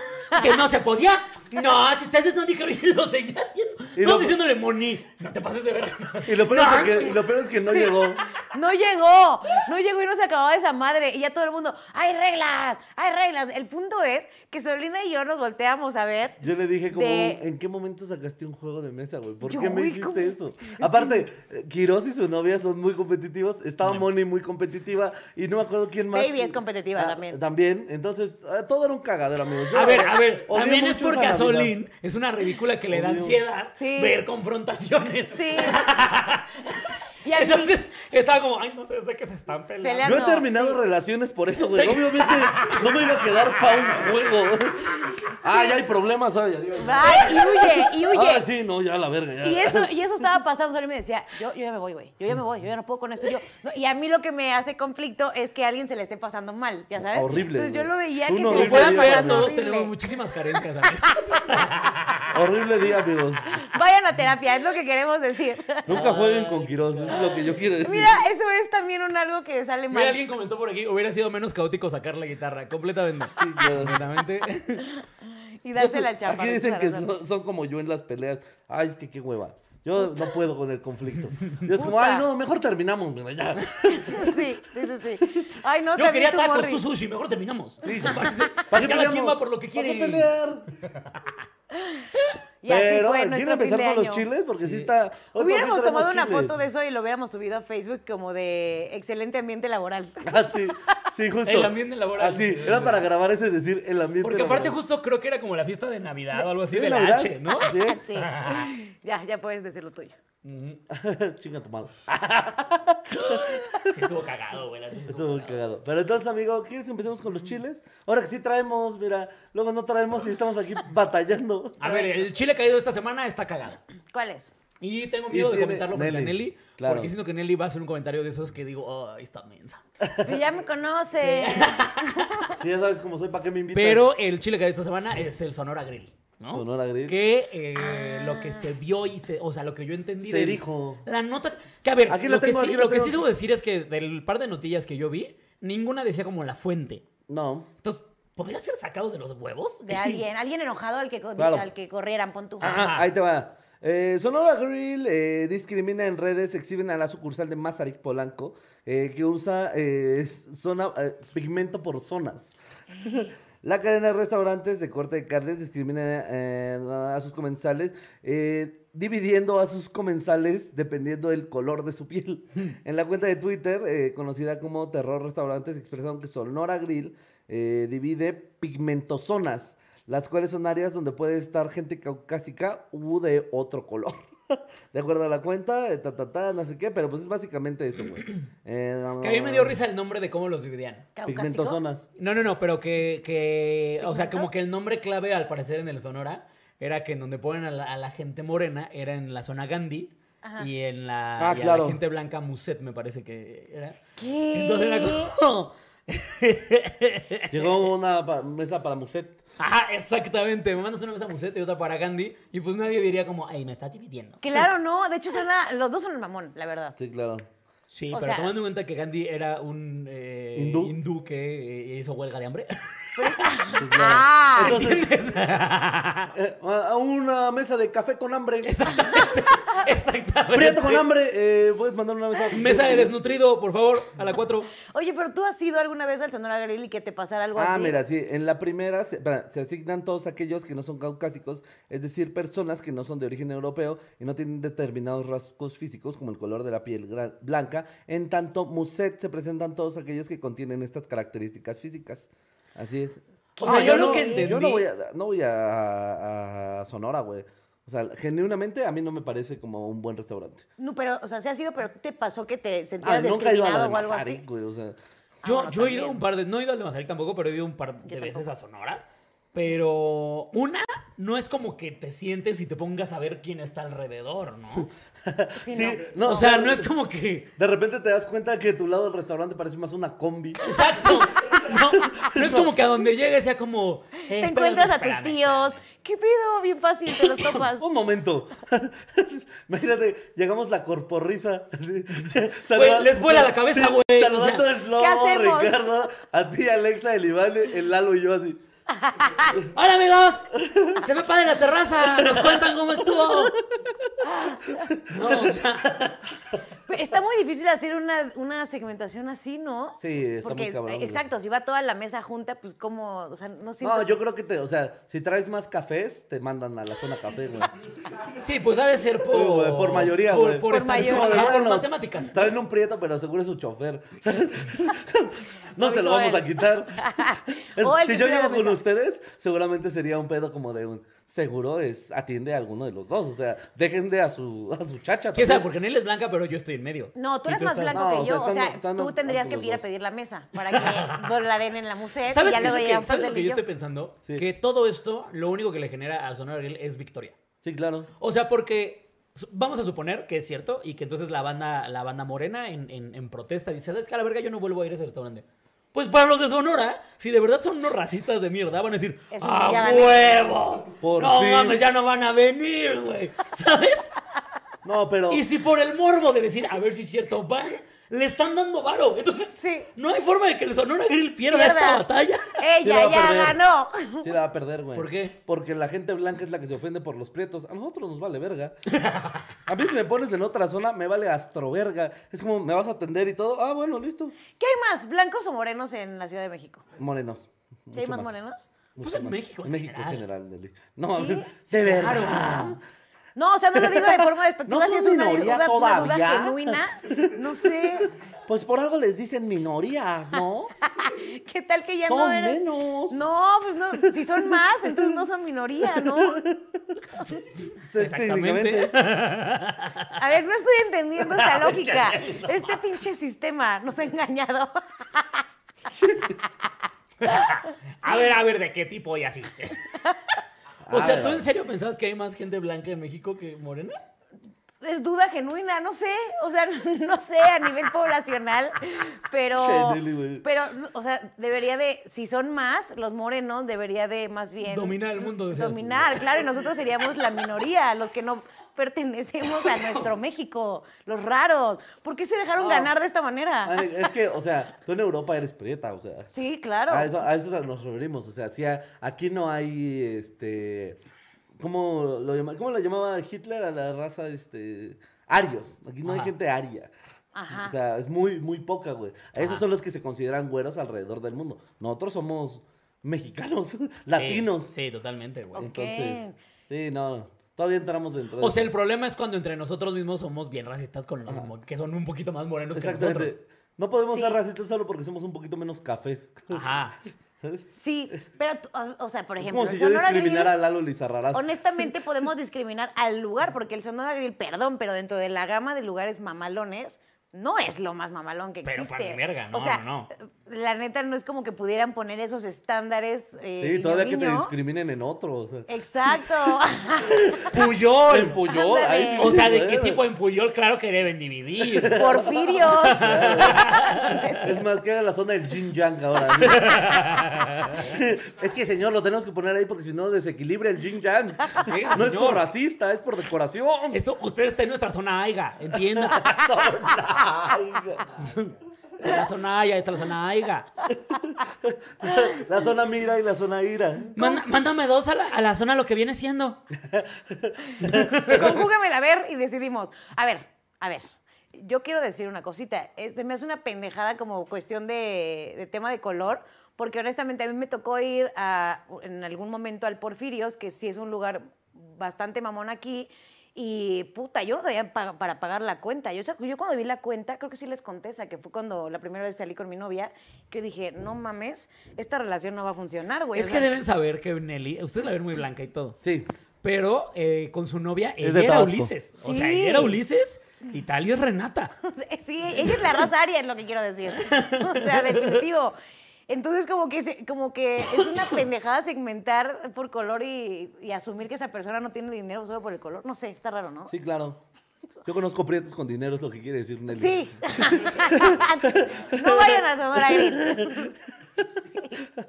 que no se podía. No, si ustedes no dijeron, yo lo seguía haciendo.
Y
Todos
lo-
diciéndole, Moni, no te pases de verga.
Y lo peor,
No,
es, que, y lo peor es que no llegó.
No llegó, no llegó y no se acababa esa madre. Y ya todo el mundo, hay reglas, hay reglas. El punto es que Solina y yo nos volteamos a ver.
Yo le dije como,
De-
¿en qué momento sacaste un juego de mesa, güey? ¿Por
Yo,
qué me
güey,
hiciste
¿cómo?
eso? Aparte, eh, Quiroz y su novia son muy competitivos. Estaba
Mm.
Moni muy competitiva y no me acuerdo quién más. Ah,
Baby es competitiva también.
También, entonces, ah, todo era un cagadero, amigos. Yo
A ver, a ver,
odié
también es
mucho esa
porque a
Navidad.
Solín es una ridícula que le da
Odio.
ansiedad
Sí.
ver confrontaciones.
Sí. Y al fin-
Entonces, es algo, ay, no sé de qué se están peleando.
Pelea-
Yo he
no,
terminado
sí.
relaciones por eso, güey.
Sí.
Obviamente no me iba a quedar para un juego. Ah, ya hay problemas hoy. adiós.
Ay, y huye, y huye.
Ah, sí, no, ya la verga. Ya.
Y eso, y eso estaba pasando, solo me decía, yo, yo ya me voy, güey, yo ya me voy, yo ya no puedo con esto. Yo. no, y a mí lo que me hace conflicto es que a alguien se le esté pasando mal, ya sabes.
Horrible,
Entonces yo
güey.
lo veía
Un
que se
Como
horrible
le puedan
pueden
día,
ver,
pagar
güey.
todos
horrible.
tenemos muchísimas carencias. ¿sabes?
Horrible día, amigos.
Vayan a terapia, es lo que queremos decir.
Nunca jueguen con Quiroz, eso es lo que yo quiero decir.
Mira, eso es también un algo que sale
Mira,
mal.
alguien comentó por aquí, hubiera sido menos caótico sacar la guitarra, completamente.
Sí, claro.
Completamente.
Y
Yo
darse
soy-
la chapa.
Aquí
tienes
dicen
la
que
razón.
son, son como yo en las peleas. Ay, es que qué hueva. Yo no puedo con el conflicto. Yo es como,
Puta.
ay, no, mejor terminamos, mira, ya.
Sí, sí, sí, sí. Ay, no,
Yo
también
quería
tu
tacos,
morri.
tú sushi, mejor terminamos.
Sí.
Cada quien
peleamos?
va por lo que
¿Para qué
quiere.
pelear?
Y así
Pero,
fue
¿quieren
nuestro fin
empezar
de
con
año.
los chiles? Porque sí, está... hoy por fin
Hubiéramos
traemos
tomado una
chiles.
foto de eso y lo hubiéramos subido a Facebook como de excelente ambiente laboral.
Ah, sí, sí, justo.
El ambiente laboral.
Así, era para grabar ese decir el ambiente
Porque aparte
laboral.
justo creo que era como la fiesta de Navidad o algo así
Sí,
de la
Navidad.
H, ¿no?
Así es.
Sí. Ya, ya puedes decir lo tuyo.
Chinga tu madre.
Sí, estuvo cagado, güey. la neta, estuvo
Estuvo muy cagado. Pero entonces, amigo, ¿quieres que empecemos con los chiles? Ahora que sí traemos, mira, luego no traemos y estamos aquí batallando.
A ver, el chile caído esta semana está cagado.
¿Cuál es?
Y tengo miedo
Y
de
tiene
comentarlo frente a
Nelly,
Nelly,
claro.
porque siento que Nelly va a hacer un comentario de esos que digo, ay, está mensa.
Pero ya me conoces.
Si ya sabes cómo soy, ¿para qué me invitas?
Pero el chile que hay esta semana es el Sonora Grill, ¿no?
Sonora Grill.
Que eh, lo que se vio y se, o sea, lo que yo entendí.
Se
del-
dijo.
La nota. Que a ver,
Aquí la
lo, que,
tengo,
sí,
aquí la
lo que
tengo.
sí debo decir es que del par de notillas que yo vi, ninguna decía como la fuente.
No.
Entonces, ¿podría ser sacado de los huevos?
De alguien, alguien enojado al que, co-
Claro. Ah,
al que corrieran, pon tu.
Ajá.
Ahí te va. Eh, Sonora Grill eh, discrimina en redes, exhiben a la sucursal de Mazarik Polanco, eh, que usa eh, zona, eh, pigmento por zonas. La cadena de restaurantes de corte de carnes discrimina eh, a sus comensales, eh, dividiendo a sus comensales dependiendo del color de su piel. En la cuenta de Twitter, eh, conocida como Terror Restaurantes, expresaron que Sonora Grill eh, divide pigmentozonas, las cuales son áreas donde puede estar gente caucásica u de otro color. De acuerdo a la cuenta, eh, ta, ta, ta, no sé qué, pero pues es básicamente eso, güey. Eh,
Que a mí me dio risa el nombre de cómo los dividían.
¿Caucásico?
Pigmentozonas.
No, no, no, pero que, que o sea, como
¿Pigmentos?
que el nombre clave al parecer en el Sonora era que en donde ponen a la, a la gente morena era en la zona Gandhi
Ajá.
y en la,
Ah,
y a la
claro.
gente blanca Muset me parece que era.
¿Qué?
Entonces era como...
Llegó una pa- mesa para Muset.
Ajá, exactamente. Me mandas una mesa Muset y otra para Gandhi y pues nadie diría como, ay, me estás dividiendo.
Claro, no. De hecho, son la- los dos son el mamón, la verdad.
Sí, claro.
Sí,
O
pero
sea,
tomando en cuenta que Gandhi era un eh,
Hindú.
que eh, hizo huelga de hambre.
Ah,
Entonces, eh, a a una mesa de café con hambre.
Exactamente. Exactamente.
Prieto con hambre, eh, puedes mandar una mesa. Este,
Mesa de desnutrido, por favor, a la 4.
Oye, pero tú has ido alguna vez al Sonora Grill y que te pasara algo
Ah,
así.
mira, sí, en la primera se, espera, se asignan todos aquellos que no son caucásicos, es decir, personas que no son de origen europeo y no tienen determinados rasgos físicos como el color de la piel gra- blanca. En tanto, Muset se presentan todos aquellos que contienen estas características físicas. Así es.
O sea, yo lo
no-
que entendí-
Yo no voy a, no voy a- a Sonora, güey. O sea, genuinamente a mí no me parece como un buen restaurante.
No, pero, o sea, sí ha sido, pero ¿te pasó que te
Ah,
sentías
nunca he ido a la
discriminado
de
o algo
Mazarik,
así?
güey, o sea.
Yo,
Ah, no,
yo he ido
también.
un par de. No he ido al de Mazarik tampoco, pero he ido un par de
Yo
veces a Sonora. Pero una no es como que te sientes y te pongas a ver quién está alrededor, ¿no?
Sí,
Sí,
no.
no,
O sea, no es como que.
De repente te das cuenta que tu lado del restaurante parece más una combi.
Exacto. No, no es como que a donde llegues sea como. eh,
Te
espérame,
encuentras a tus
espérame,
tíos. ¿Qué pedo? Bien fácil, te los topas.
Un momento. Imagínate, llegamos la corporrisa. así,
Güey, les vuela la cabeza, güey, o
saludando
sea,
a Slobo,
¿qué hacemos?
Ricardo, a ti, Alexa, el Iván, el Lalo y yo así.
¡Hola, amigos! Se me para en la terraza. Nos cuentan cómo estuvo. No, o sea,
Está muy difícil hacer una, una segmentación así, ¿no?
Sí, está
Porque,
muy cabrón, güey.
Exacto, si va toda la mesa junta, pues como, o sea, no siento...
No, yo creo que te, o sea, si traes más cafés, te mandan a la zona café, güey.
sí, pues ha de ser por.
Sí, güey, Por, mayoría,
por,
güey.
Por,
Por
estadística,
mayoría.
por
bueno,
matemáticas.
Traen un prieto, pero seguro es su chofer. no
Lo
se lo
dijo
vamos
él.
a quitar. Es-
O el que
si yo
cuida la
llego con
mesa.
ustedes, seguramente sería un pedo como de un seguro es atiende a alguno de los dos. O sea, dejen de a su, a su
¿Quién
chacha. también.
sabe? Porque Nelly es blanca, pero yo estoy en medio.
No, tú
Y
eres más
estás-
blanco
No,
que
o sea,
yo. O sea,
están- están
tú tendrías que
altos los
ir a
dos.
pedir la mesa para que nos la den en la museo y
¿Sabes
ya
qué es
luego
lo que,
llegamos
¿sabes lo
del
que yo
niño.
estoy pensando?
Sí.
Que todo esto, lo único que le genera al sonoro Grill es victoria.
Sí, claro.
O sea, porque su- vamos a suponer que es cierto y que entonces la banda, la banda morena en, en- en protesta dice, ¿sabes qué? A la verga yo no vuelvo a ir a ese restaurante. Pues para los de Sonora, si de verdad son unos racistas de mierda, van a decir,
Es un
¡a
ya gané".
huevo!
Por
no
fin.
mames, ya no van a venir, güey. ¿Sabes?
No, pero.
Y si por el morbo de decir, a ver si es cierto, van, le están dando varo. Entonces,
Sí.
no hay forma de que el Sonora Grill pierda,
Pierda. Eh,
esta batalla.
Sí
Ella
la va a
ya
perder.
ganó.
Sí la va a perder, güey.
¿Por qué?
Porque la gente blanca es la que se ofende por los prietos. A nosotros nos vale verga. A mí si me pones en otra zona, me vale astroverga. Es como, ¿me vas a atender y todo? Ah, bueno, listo.
¿Qué hay más, blancos o morenos en la Ciudad de México?
Morenos.
¿Sí hay
Mucho
más morenos?
Mucho
Pues en México en
México en
general.
general, Nelly. No,
¿Sí?
de verdad.
No, o sea, no lo digo de forma despectiva,
¿No
si
son
es una, una-
minoría
una duda
todavía?
genuina. No sé.
Pues por algo les dicen minorías, ¿no?
¿Qué tal que ya no
Son
eres?
menos.
No, pues no, si son más, entonces no son minoría, ¿no?
Este,
Exactamente.
A ver, no estoy entendiendo esta lógica. Este pinche sistema nos ha engañado.
A ver, a ver, ¿de qué tipo y así? o
A
sea,
ver,
¿tú
a ver.
en serio pensabas que hay más gente blanca en México que morena?
Es duda genuina, no sé, o sea, no sé a nivel poblacional, pero,
Che, Nelly, güey.
pero, o sea, debería de, si son más, los morenos debería de más bien
Dominar el mundo, decías.
dominar, claro, y nosotros seríamos la minoría, los que no pertenecemos a nuestro México, los raros. ¿Por qué se dejaron
No.
ganar de esta manera?
Ay, Es que, o sea, tú en Europa eres prieta, o sea.
Sí, claro.
A Ah, eso, a eso nos referimos. O sea, si a- aquí no hay este. ¿Cómo lo, llama- cómo lo llamaba Hitler a la raza este, arios? Aquí no
Ajá.
hay gente aria.
Ajá.
O sea, es muy, muy poca, güey. Esos son los que se consideran güeros alrededor del mundo. Nosotros somos mexicanos, latinos.
Sí, sí, totalmente, güey.
Entonces, sí, no. Todavía entramos dentro de
O sea, el problema es cuando entre nosotros mismos somos bien racistas con los mo- que son un poquito más morenos que nosotros.
Exactamente. No podemos
Sí.
ser racistas solo porque somos un poquito menos cafés.
Ajá.
¿Sabes?
Sí, pero, tú- ah, o, o sea, por
Es
ejemplo,
como si
el
yo
Sonora
discriminara a
Grill,
Lalo Lizarraraz.
honestamente podemos discriminar al lugar, porque el Sonora Grill, perdón, pero dentro de la gama de lugares mamalones, no es lo más mamalón que
Pero
existe.
para mi verga, no,
o sea,
no,
La neta no es como que pudieran poner esos estándares. eh,
Sí,
niño,
todavía que te
niño.
discriminen en otro. O sea.
Exacto.
¡Puyol!
En Puyol, ahí sí,
Ándale.
O sea, ¿de qué
güey.
tipo en Puyol? Claro que deben dividir.
Porfirios.
Es más, que era la zona del Jin Yang ahora. es que, señor, lo tenemos que poner ahí porque si no desequilibra el Jin Yang.
¿Qué,
No es
señor?
por racista, es por decoración.
Eso, usted está en nuestra zona AIGA, entienda. De la zona AIGA, está la zona AIGA.
La zona mira y la zona ira.
Manda- mándame dos a la, a la zona lo que viene siendo.
Conjúgamela, a ver, y decidimos. A ver, a ver. Yo quiero decir una cosita. Este, me hace una pendejada como cuestión de, de tema de color, porque honestamente a mí me tocó ir a, en algún momento al Porfirios, que sí es un lugar bastante mamón aquí. Y puta, yo no sabía pa- para pagar la cuenta. Yo, o sea, yo cuando vi la cuenta, creo que sí les conté, o sea, que fue cuando la primera vez salí con mi novia, que dije, no mames, esta relación no va a funcionar, güey.
es
O
que
sea,
deben saber que Nelly, ustedes la ven muy blanca y todo.
Sí.
Pero eh, con su novia,
Es
ella
de
era
Tabasco.
Ulises. O
Sí.
sea, ella era Ulises y tal y es Renata.
Eh, Sí, ella es la raza aria, es lo que quiero decir. O sea, definitivo. Entonces, como que, se- como que es una pendejada segmentar por color y, y asumir que esa persona no tiene dinero solo por el color. No sé, está raro, ¿no?
Sí, claro. Yo conozco prietos con dinero, es lo que quiere decir Nelly.
Sí. no vayan a Sonora Grill.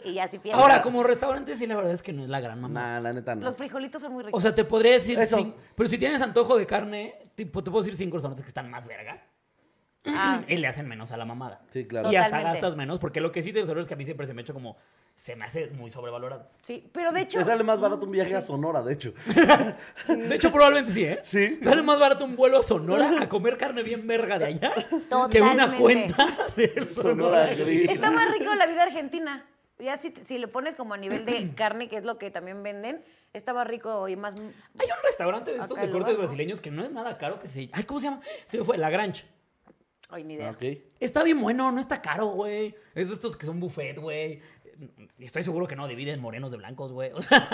y ya si pierden.
Ahora, como restaurante, sí, la verdad es que no es la gran mamá.
Nah, la neta no.
Los frijolitos son muy ricos.
O sea, te podría decir.
Eso.
cin- pero si tienes antojo de carne, tipo, te puedo decir cinco restaurantes que están más verga.
Ah.
y le hacen menos a la mamada.
Sí, claro.
Y hasta
Totalmente.
gastas menos, porque lo que sí te resuelve es que a mí siempre se me ha hecho como, se me hace muy sobrevalorado.
Sí, pero de hecho,
Te sale más barato un viaje a Sonora, de hecho.
De hecho, probablemente sí, ¿eh?
Sí.
Sale más barato un vuelo a Sonora a comer carne bien verga de allá que una
Totalmente.
cuenta del Sonora.
Sonora gris.
está más rico la vida argentina. Ya si, si le pones como a nivel de carne, que es lo que también venden, está más rico y más...
Hay un restaurante de estos
Acá
de
lo
cortes
hago.
brasileños que no es nada caro que se... Ay, ¿cómo se llama? Se me fue, La Grancha.
Ay, ni idea.
Ok.
Está bien bueno, no está caro, güey. Es de estos que son buffet, güey. Y Estoy seguro que no dividen morenos de blancos, güey. O sea,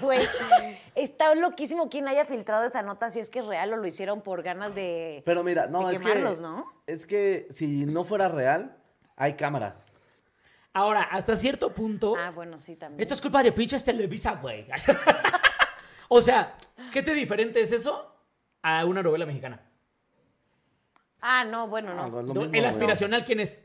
Güey, está loquísimo quien haya filtrado esa nota, si es que es real o lo hicieron por ganas de...
Pero mira, no,
de
es
quemarlos,
que.
¿no?
Es que si no fuera real, hay cámaras.
ahora, hasta cierto punto,
Ah, bueno, sí, también.
esto es culpa de pinches Televisa, güey. o sea, ¿qué te diferente es eso a una novela mexicana?
Ah, no, bueno, no.
Algo, es lo
No,
mismo,
el
güey.
aspiracional, ¿quién es?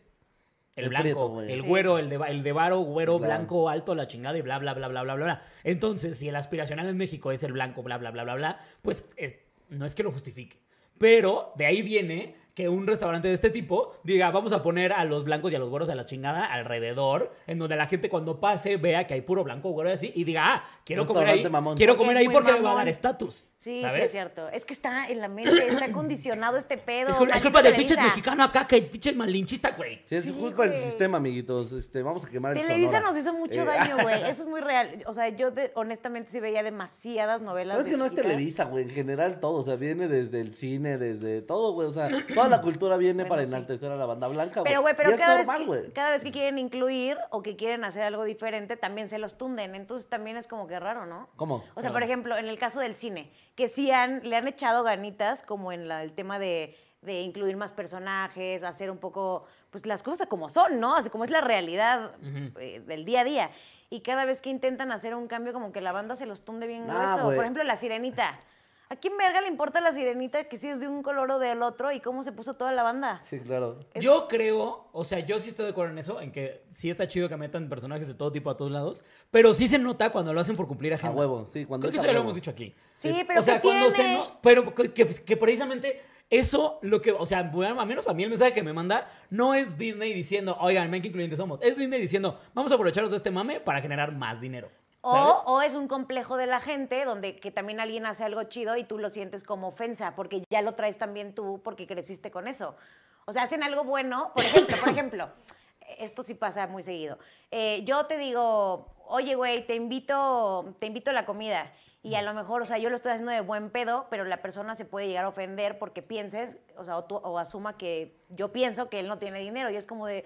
El,
El
blanco,
prieto, güey.
el
Sí.
güero, el de, el de varo, güero,
Claro.
blanco, alto, la chingada y bla, bla, bla, bla, bla, bla, bla. Entonces, si el aspiracional en México es el blanco, bla, bla, bla, bla, bla, pues es- no es que lo justifique. Pero de ahí viene que un restaurante de este tipo diga, vamos a poner a los blancos y a los güeros a la chingada alrededor, en donde la gente cuando pase vea que hay puro blanco, güero y así, y diga, ah, quiero comer ahí,
Restaurante mamón.
quiero
Porque
comer
es
ahí
muy
porque me va a
mamón.
dar estatus.
Sí, sí, es
¿sabes?
cierto. Es que está en la mente, está condicionado este pedo.
es, cul- es
maldita
culpa del pinches
Televisa.
mexicano acá, que el pinches malinchista, güey.
Sí, es
Sí,
culpa del
güey.
sistema, amiguitos. Este, vamos a quemar el
Televisa
Sonora.
nos hizo mucho
Eh,
daño, güey. Eso es muy real. O sea, yo de- honestamente sí veía demasiadas novelas.
Pero es
de
que no es
chiquita.
Televisa, güey, en general todo, o sea, viene desde el cine, desde todo, güey, o sea, toda la cultura viene
Bueno,
para
sí.
enaltecer a la banda blanca, güey.
Pero, güey,
Y
pero
es
cada,
normal,
vez
güey.
que, cada vez que quieren incluir o que quieren hacer algo diferente, también se los tunden. Entonces también es como que raro, ¿no?
¿Cómo?
O sea, por ejemplo, en el caso del cine, que sí han, le han echado ganitas como en la- el tema de, de incluir más personajes, hacer un poco, pues las cosas como son, ¿no? Así como es la realidad eh, del día a día. Y cada vez que intentan hacer un cambio, como que la banda se los tunde bien
Ah,
grueso.
güey.
Por ejemplo, la sirenita. ¿A quién verga le importa la sirenita que si es de un color o del otro y cómo se puso toda la banda?
Sí, claro.
Es-
Yo creo, o sea, yo sí estoy de acuerdo en eso, en que sí está chido que metan personajes de todo tipo a todos lados, pero sí se nota cuando lo hacen por cumplir agendas.
huevo, sí, cuando
Creo
es
que
a
eso ya lo
huevo.
hemos dicho aquí.
Sí, pero
o sea,
¿qué
cuando se
tiene?
no- pero que, que- que precisamente eso lo que, o sea, bueno, al menos para mí el mensaje que me manda no es Disney diciendo, "Oigan, men que incluyentes somos." Es Disney diciendo, "Vamos a aprovecharnos de este mame para generar más dinero." ¿Sabes?
O, o es un complejo de la gente donde que también alguien hace algo chido y tú lo sientes como ofensa, porque ya lo traes también tú porque creciste con eso. O sea, hacen algo bueno, por ejemplo, por ejemplo, esto sí pasa muy seguido. Eh, yo te digo, oye, güey, te invito, te invito a la comida. Y
Mm.
a lo mejor, o sea, yo lo estoy haciendo de buen pedo, pero la persona se puede llegar a ofender porque pienses, o sea, o, tú- o asuma que yo pienso que él no tiene dinero. Y es como de,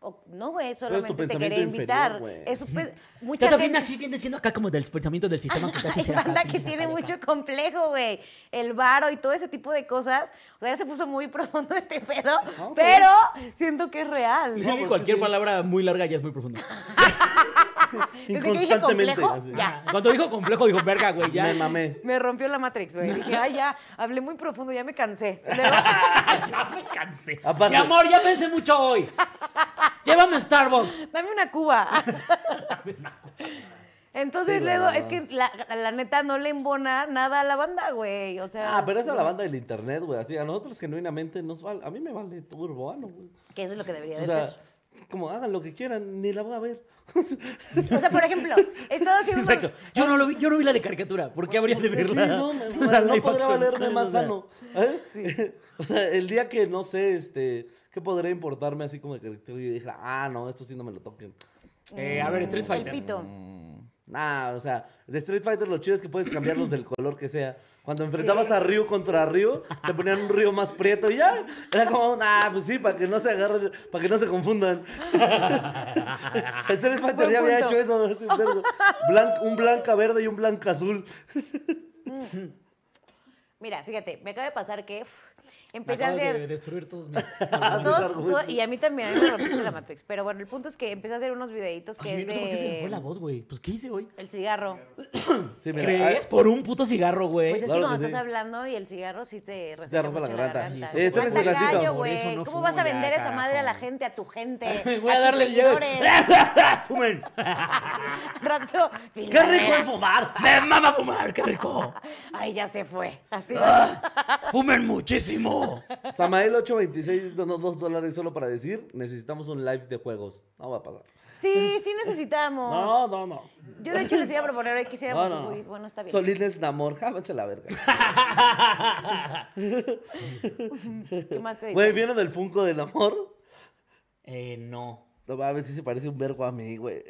o- no, güey, solamente te
pensamiento
quería
inferior,
invitar.
güey.
Es un pe-
Que
mucha
también
gente-
así viene siendo acá como del pensamiento del sistema que casi
hay
será acá,
banda que
pinches
tiene
acá de acá.
mucho complejo, güey. El varo y todo ese tipo de cosas. O sea, ya se puso muy profundo este pedo,
Ah, Ok.
pero siento que es real.
Lili,
pues
cualquier palabra muy larga ya es muy profunda.
Desde que dije complejo, ya.
Cuando dijo complejo, dijo verga, güey, ya.
Me mamé.
Me rompió la Matrix, güey. Dije, ay, ya, hablé muy profundo, ya me cansé. Luego-
ya me cansé.
Aparte-
Mi amor, ya pensé mucho hoy. Llévame a Starbucks.
Dame una cuba. Entonces
Sí, güey,
luego,
no, no.
es que la, la neta no le embona nada a la banda, güey. O sea.
Ah, pero esa es la banda del internet, güey, así, a nosotros genuinamente nos vale, a mí me vale turbo, ah, no, güey.
Que eso es lo que debería
O
de
sea,
ser.
como hagan lo que quieran, ni la voy a ver.
O sea, por ejemplo, he estado haciendo. unos-
Exacto. Yo no, lo vi, yo no vi la de caricatura. ¿Por qué habría de
Sí,
verla?
no, me-
La
no
live
podría
action,
valerme
¿sabes?
más
O sea,
sano. ¿eh? o sea, el día que, no sé, este, ¿qué podría importarme así como de caricatura? Y dije, ah, no, esto sí no me lo toquen.
eh, a ver, Street
El
Fighter.
pito.
Nah, o sea, de Street Fighter lo chido es que puedes cambiarlos del color que sea. Cuando enfrentabas a Ryu contra Ryu, te ponían un Ryu más prieto y ya. Era como, nah, pues sí, para que no se agarren, para que no se confundan. Street Fighter
Buen
ya había
punto.
hecho eso. este vergo. Blan- un blanca verde y un blanca azul.
Mira, fíjate, me acaba de pasar que uf,
Me
empecé a
acabas de
hacer.
destruir todos mis...
a
mis
todos-
argumentos.
to- y a mí también, a mí me rompiste la Matrix. Pero bueno, el punto es que empecé a hacer unos videitos que
Ay,
es
no sé por qué se me fue la
de-
voz, güey. Pues, ¿qué hice hoy?
El cigarro.
Sí, mira,
¿Crees?
ah,
Por un puto cigarro, güey.
Pues es
Claro
que
que
cuando
sí.
estás hablando y el cigarro sí te reseca
Te rompe la
mucho
garganta.
Sí,
Sí,
sí,
eso
suena
es
un ratito.
gallo,
Por eso
güey.
no
¿Cómo vas
fumo
a
ya,
vender esa
carajo.
madre a la gente, a tu gente?
Voy a darle el
tus
dedo.
seguidores?
¡Fumen!
Rato,
¡Qué rico
filarera.
es fumar!
¡Me mama fumar! ¡Qué rico!
Ay, ya se fue. Así.
¡Fumen muchísimo! ¡Claro!
ah, Samael 826 donó dos dólares solo para decir, necesitamos un live de juegos. No va a pasar.
Sí, sí necesitamos.
No, no, no.
Yo de hecho les iba a proponer hoy que
No,
hiciéramos
no,
un
no.
jueguito. Bueno, está bien.
Solines Namor, jávense la verga.
¿Qué más te digo?
Güey, ¿vieron el Funko del Namor?
Eh, no.
No mames, sí se parece un vergo a mí, güey.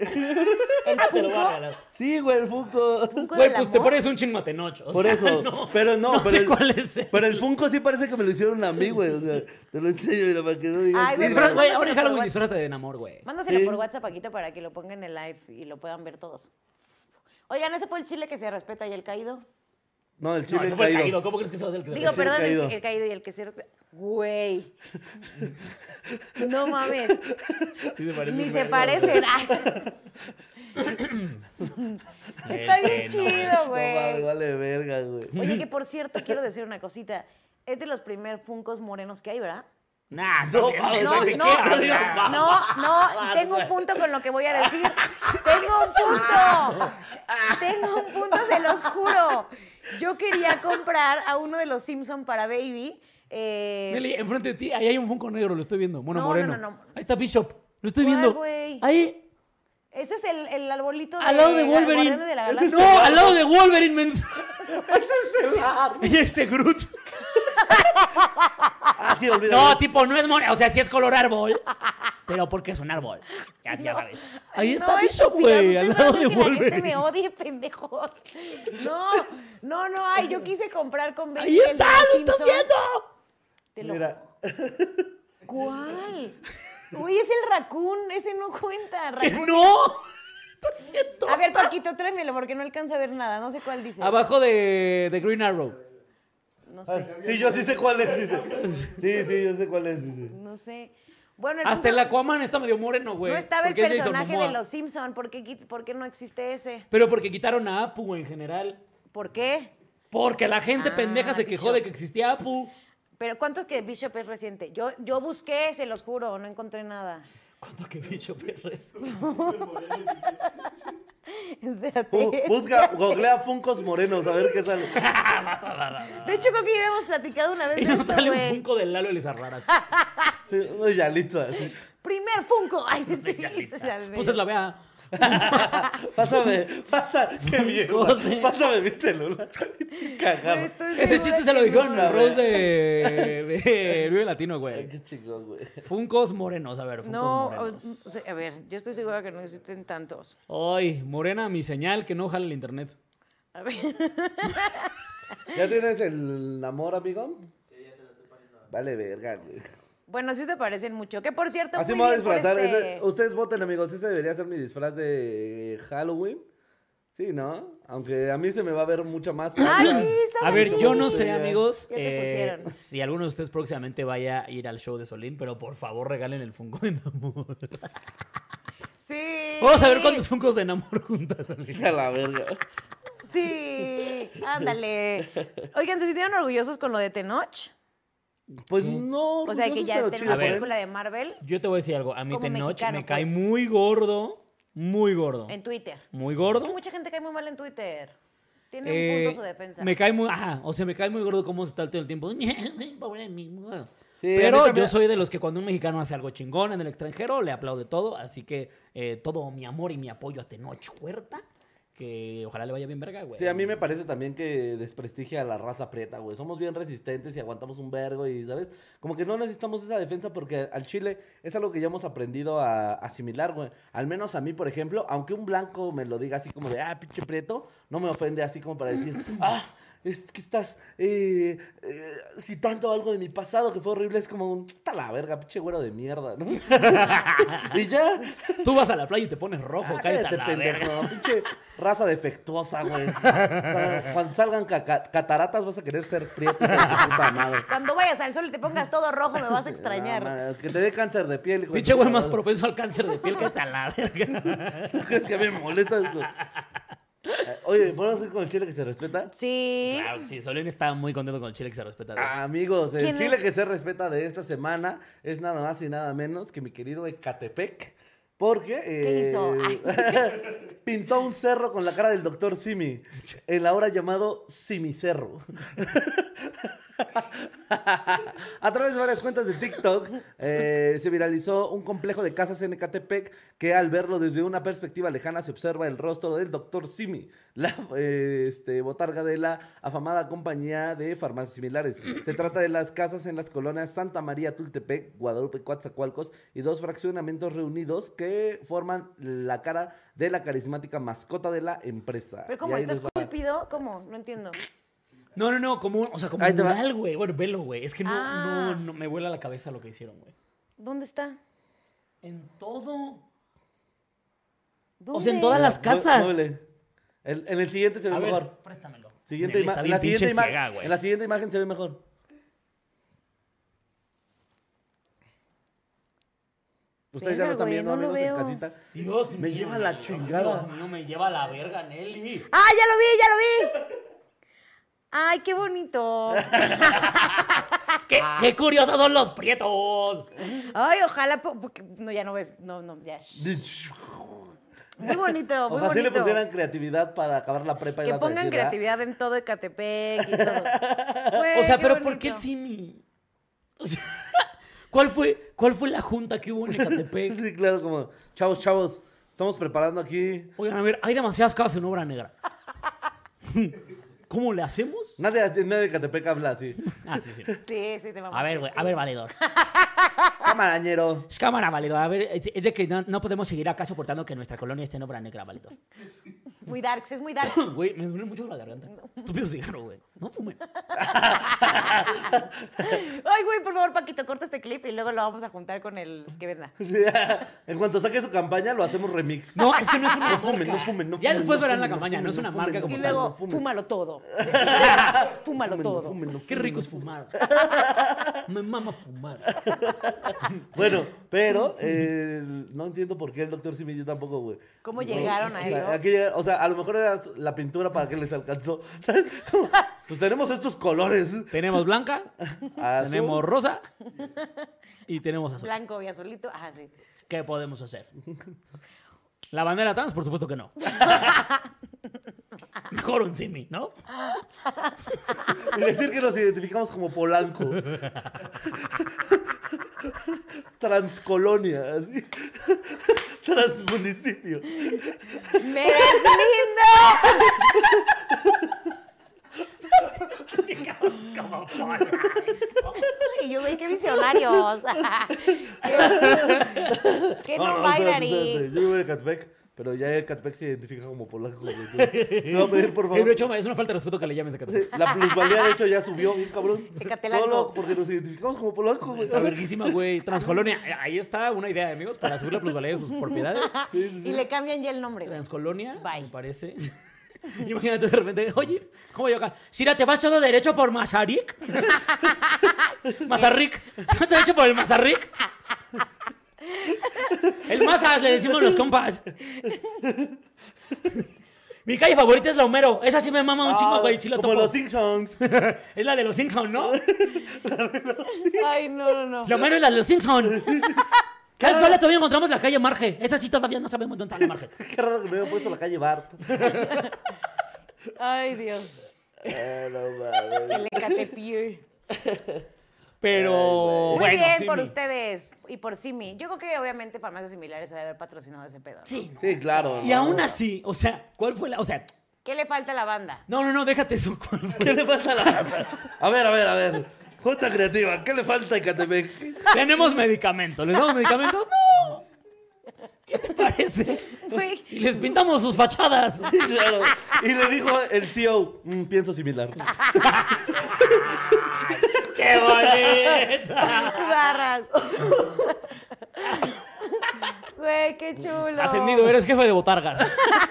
El
Ah, Te lo voy a
Funko.
regalar.
Sí, güey, el Funko.
Funko
Güey,
del
pues te
amor.
pones un chinmatenoch. o
Por
sea,
eso, pero no,
no
pero
sé
el-
cuál es. el-
Pero el Funko sí parece que me lo hicieron a mí, güey. O sea, te lo enseño y para que no digas.
Ay,
sí,
güey,
Pero, güey,
Mándaselo
ahora en
por
Halloween
WhatsApp.
disfrázate de enamor, güey.
Mándaselo
Sí.
por WhatsApp, Paquito, para que lo ponga en el live y lo puedan ver todos. Oigan, ese fue el chile que se respeta y el caído.
No, el
No,
chile
ese
es
fue el
caído.
caído. ¿Cómo crees que se va a hacer el que se
Digo,
chile
perdón, el-
caído.
El, caído y el que se respeta. Güey. No mames.
Sí se parece
Ni
un
se
vergo,
parecen. Ay. Está
Vete,
bien
Este, no
chido,
No mames,
güey.
vale verga, güey.
Oye, que por cierto, quiero decir una cosita. Es de los primer funcos morenos que hay, ¿verdad?
Nah, no,
No,
mames,
No,
¿de qué
no,
hablas?
no, no, y tengo un punto con lo que voy a decir. Tengo un punto. Tengo un punto, se los juro. Yo quería comprar a uno de los Simpson para Baby. eh,
Nelly, enfrente de ti, ahí hay un Funko negro, lo estoy viendo. Bueno,
No, no,
moreno.
no, no.
Ahí está Bishop, lo estoy
¿Cuál,
viendo.
güey?
Ahí,
ese es el, el arbolito
al lado de
la-
Wolverine.
Guardianes de la
Ese
Galaxia.
es- no, al lado de Wolverine, mens. Y ese Groot.
Ah, sí, olvídalo.
No, tipo, no es moreno. O sea, sí es color árbol, pero porque es un árbol. Ya, ya sabes. Ahí está
No, eh,
Bishop,
estúpida,
güey,
usted
al
no
lado
hace que
de
la gente
Wolverine.
me odie, pendejos. No, no, no, ay, yo quise comprar con Baby.
Ahí
el de
está,
los
lo estás
Simpson.
viendo.
Te lo
Mira,
¿Cuál? Uy, es el raccoon, ese no cuenta.
Que
raccoon.
no. Estás viendo.
A ver, Paquito, tráemelo porque no alcanzo a ver nada, no sé cuál dice.
Abajo de, de Green Arrow.
No sé,
ah, sí, yo sí sé cuál es, dice. Sí, sí, yo sé cuál es, dice.
no sé. Bueno, el
Hasta
punto-
el Aquaman está medio moreno, güey.
no estaba el
porque es Jason
personaje de
Momoa.
los Simpson, ¿por qué, quit- por qué no existe ese?
Pero porque quitaron a Apu en general.
¿Por qué?
Porque la gente
Ah,
pendeja se quejó
Bishop.
de que existía Apu.
Pero ¿cuántos que Bishop es reciente? Yo, yo busqué, se los juro, no encontré nada.
¿Cuánto que bicho Pérez?
Espérate.
Oh,
Bu- Busca, googlea Funcos Morenos, a ver qué sale.
De hecho, creo que ya habíamos platicado una vez
Y
de
nos
esto,
sale un
güey.
Funko de Lalo Elizarraras.
Sí, no, ya listo. así.
Primer Funko. Ay, sí, se salvé.
Pues es la vea.
Pásame, pasa, qué
Joder.
mierda. Pásame mi celular. Cagado.
Estoy
Ese
segura
chiste se lo
que
dijeron
no.
a Rose de, de Vive Latino,
Ay,
güey.
Qué chingón, güey.
Funcos morenos, a ver, Funcos
No, o-
morenos.
o sea, a ver, yo estoy segura que no existen tantos.
Ay, morena, mi señal que no jala el internet.
A ver.
¿Ya tienes el amor, amigo? Sí, ya te lo estoy poniendo. Vale, verga, güey.
Bueno, sí te parecen mucho. Que por cierto,
Así me
muy
voy a
bien por
disfrazar.
este-
ese- uh, Ustedes voten, amigos. Ese debería ser mi disfraz de Halloween. Sí, ¿no? Aunque a mí se me va a ver mucha más.
Ay,
panza.
Ah, sí, está
A ver,
bien.
yo no sé,
Ya.
amigos,
Ya te
eh,
pusieron.
si alguno de ustedes próximamente vaya a ir al show de Solín, pero por favor regalen el Funko de Namor.
Sí.
Vamos a ver cuántos Funcos de Namor juntas, Solín.
A la verga.
Sí, ándale. Oigan, ¿se sintieron orgullosos con lo de Tenoch?
Pues
¿Qué?
no,
O sea, que ya
pero
está en
chido
la
A ver.
película de Marvel
Yo te voy a decir algo. A mí
Como
Tenoch
mexicano,
me cae
pues.
muy gordo. Muy gordo.
en Twitter.
Muy
Es que
gordo.
mucha gente cae muy mal en Twitter. Tiene
Eh,
un punto su defensa.
Me cae muy. Ajá. O sea, me cae muy gordo cómo se está todo el tiempo. Pobre de mí.
Sí, a mí
Pero yo
también-
soy de los que cuando un mexicano hace algo chingón en el extranjero, le aplaude todo. Así que eh, todo mi amor y mi apoyo a Tenoch Huerta. Que ojalá le vaya bien verga, güey.
Sí, a mí me parece también que desprestigia a la raza prieta, güey. Somos bien resistentes y aguantamos un vergo y, ¿sabes? Como que no necesitamos esa defensa porque al Chile es algo que ya hemos aprendido a asimilar, güey. Al menos a mí, por ejemplo, aunque un blanco me lo diga así como de, ah, pinche prieto, no me ofende así como para decir, ah, es que estás eh, eh, citando algo de mi pasado que fue horrible. Es como un, está la verga, pinche güero de mierda, ¿no? y ya.
Tú vas a la playa y te pones rojo,
Ah,
cállate a la
pendejo,
verga.
pinche raza defectuosa, güey. O sea, Cuando salgan caca- cataratas vas a querer ser prieto, hijo de tu puta madre.
Cuando vayas al sol y te pongas todo rojo, me vas a
No,
extrañar.
madre, que te dé cáncer de piel, hijo de
Pinche
tu
güey
puta
más
madre.
propenso al cáncer de piel que hasta la verga.
¿Tú crees que me molestas, güey? Eh, Oye, ¿podemos ir con el chile que se respeta?
Sí.
Claro, Ah, sí, Solín está muy contento con el chile que se respeta.
Ah.
güey.
Amigos, el
¿Quién
chile
es?
que se respeta de esta semana es nada más y nada menos que mi querido Ecatepec. Porque eh,
hizo?
pintó un cerro con la cara del doctor Simi, el ahora llamado Simicerro. A través de varias cuentas de TikTok eh, se viralizó un complejo de casas en Ecatepec que al verlo desde una perspectiva lejana se observa el rostro del doctor Simi, la eh, este, botarga de la afamada compañía de farmacias similares. Se trata de las casas en las colonias Santa María Tultepec, Guadalupe Coatzacoalcos y dos fraccionamientos reunidos que forman la cara de la carismática mascota de la empresa.
Pero
Y
como
ahí
está
les va.
esculpido, ¿cómo? No entiendo.
No, no, no, como, un- o sea, como
Ahí
un
te va.
mural, güey. Bueno, velo, güey. Es que no,
Ah.
no, no, me vuela la cabeza lo que hicieron, güey.
¿Dónde está?
En todo.
¿Dónde?
sea, en todas las- casas.
Muévele. El- en el siguiente se ve
A ver,
mejor.
préstamelo.
Siguiente
Nel,
ima-
está
en
bien
la
pinche
siguiente ima-
ciega, güey.
en la siguiente imagen se ve mejor. Ustedes ya
Verga,
lo están
güey,
viendo,
no lo
amigos, en
veo.
casita.
Dios
Me
mío,
lleva la
Dios
chingada.
mío, me lleva la verga, Nelly.
¡Ah, ya lo vi, ya lo vi! ¡Ay, qué bonito!
Ah, ¿Qué, qué curiosos son los prietos!
Eh, Ay, ojalá. po- porque- no, ya no ves. No, no, ya. Muy bonito, Ah, muy
Ojalá sí le
bonito.
pusieran creatividad para acabar la prepa.
Que
ibas a
pongan
decir, ¿ah? ¿verdad?
creatividad en todo Ecatepec y todo. Güey,
O sea,
qué
pero ¿por qué el
bonito.
Simi? O sea, ¿cuál fue, ¿cuál fue la junta que hubo en Ecatepec?
Sí, claro, como, chavos, chavos, estamos preparando aquí.
Oigan, a ver, hay demasiadas casas en obra negra. ¿Cómo le hacemos?
Nadie, nadie de Catepec habla así.
Ah, sí, sí.
Sí, sí, te vamos.
A ver, güey, a ver, valedor.
Camarañero.
Es cámara, valedor. A ver, es es de que no, no podemos seguir acá soportando que nuestra colonia esté en obra negra, valedor.
Muy darks, es muy darks.
Güey, me duele mucho la garganta. Estúpido cigarro, güey. No fumen.
Ay, güey, por favor, Paquito, corta este clip y luego lo vamos a juntar con el que venda.
Sí, en cuanto saque su campaña, lo hacemos remix.
No, es que no es una
No
marca.
fumen, no fumen, no
ya
fumen,
después
no
verán la
fumen, no
campaña, no,
fumen,
es una
no
marca
fumen.
como
Y
Fumen,
tal.
luego,
no fumen.
fúmalo todo. fúmalo
Fumen,
todo.
fumen, no
Qué
fumen,
rico
no
es fumar. Me mama fumar.
Bueno, pero eh, no entiendo por qué el doctor Simi yo tampoco, güey.
¿Cómo
No,
llegaron a
o sea,
eso?
aquí llega- o sea, a lo mejor era la pintura para que les alcanzó. ¿Sabes? Como, pues tenemos estos colores.
Tenemos blanca,
Azul.
tenemos rosa y tenemos azul.
Blanco y azulito. Ajá, sí.
¿Qué podemos hacer? ¿La bandera trans? Por supuesto que no. Mejor un simi, ¿no?
Y decir que nos identificamos como Polanco. Transcolonia, así. Transmunicipio.
¡Me ves lindo! Y yo, güey, qué visionarios. Qué- qué no
espérate,
bailarín.
Yo vivo en Catepec, pero ya el Catepec se identifica como Polanco. güey. Entonces, Me va a pedir, por favor.
Eh, De hecho, es una falta de respeto que le llames de
Sí,
Catepec.
La plusvalía, de hecho, ya subió, bien cabrón.
Ecatelanco.
Solo porque nos identificamos como polacos, güey.
Está verguísima, güey. Transcolonia. Eh, Ahí está una idea, amigos, para subir la plusvalía de sus propiedades.
Y le cambian ya el nombre. güey.
Transcolonia,
Bye.
me parece. Imagínate de repente, oye, ¿cómo yo acá? Sira, ¿te vas todo derecho por Mazarik? Mazarric. ¿Te vas derecho por el Mazarric? El Mazas, le decimos los compas. Mi calle favorita es la Homero. Esa sí me mama un chingo, güey. Sí lo
Ah, como
topo.
los Simpsons.
Es la de los Simpsons, ¿no?
Ay, no, no, no.
La Homero es la de los Simpsons. Cada vez todavía encontramos la calle Marge. Esa sí todavía no sabemos dónde está la Marge.
Qué raro que no haya puesto la calle Bart.
Ay, Dios.
Eh, no mames.
El Ecatepier.
Pero,
Muy
bueno,
bien
sí,
por
mi-
ustedes y por Simi. Yo creo que obviamente farmacias similares ha de haber patrocinado ese pedo. ¿no?
Sí,
Sí, claro.
Y
no,
aún
no.
así, o sea, ¿cuál fue la.? O sea,
¿Qué le falta a la banda?
no, no, no, déjate eso. ¿Cuál fue?
¿Qué le falta a la A ver, a ver, a ver. Junta creativa, ¿qué le falta a Catepec?
Tenemos medicamentos. ¿Les damos medicamentos? ¡No! ¿Qué te parece?
Güey.
Si les pintamos sus fachadas.
Sí, claro. Y le dijo el CEO, "Mm, pienso similar.
¡Qué bonita!
Barras. Güey, qué chulo.
Ascendido,
¿eh?
eres jefe de botargas.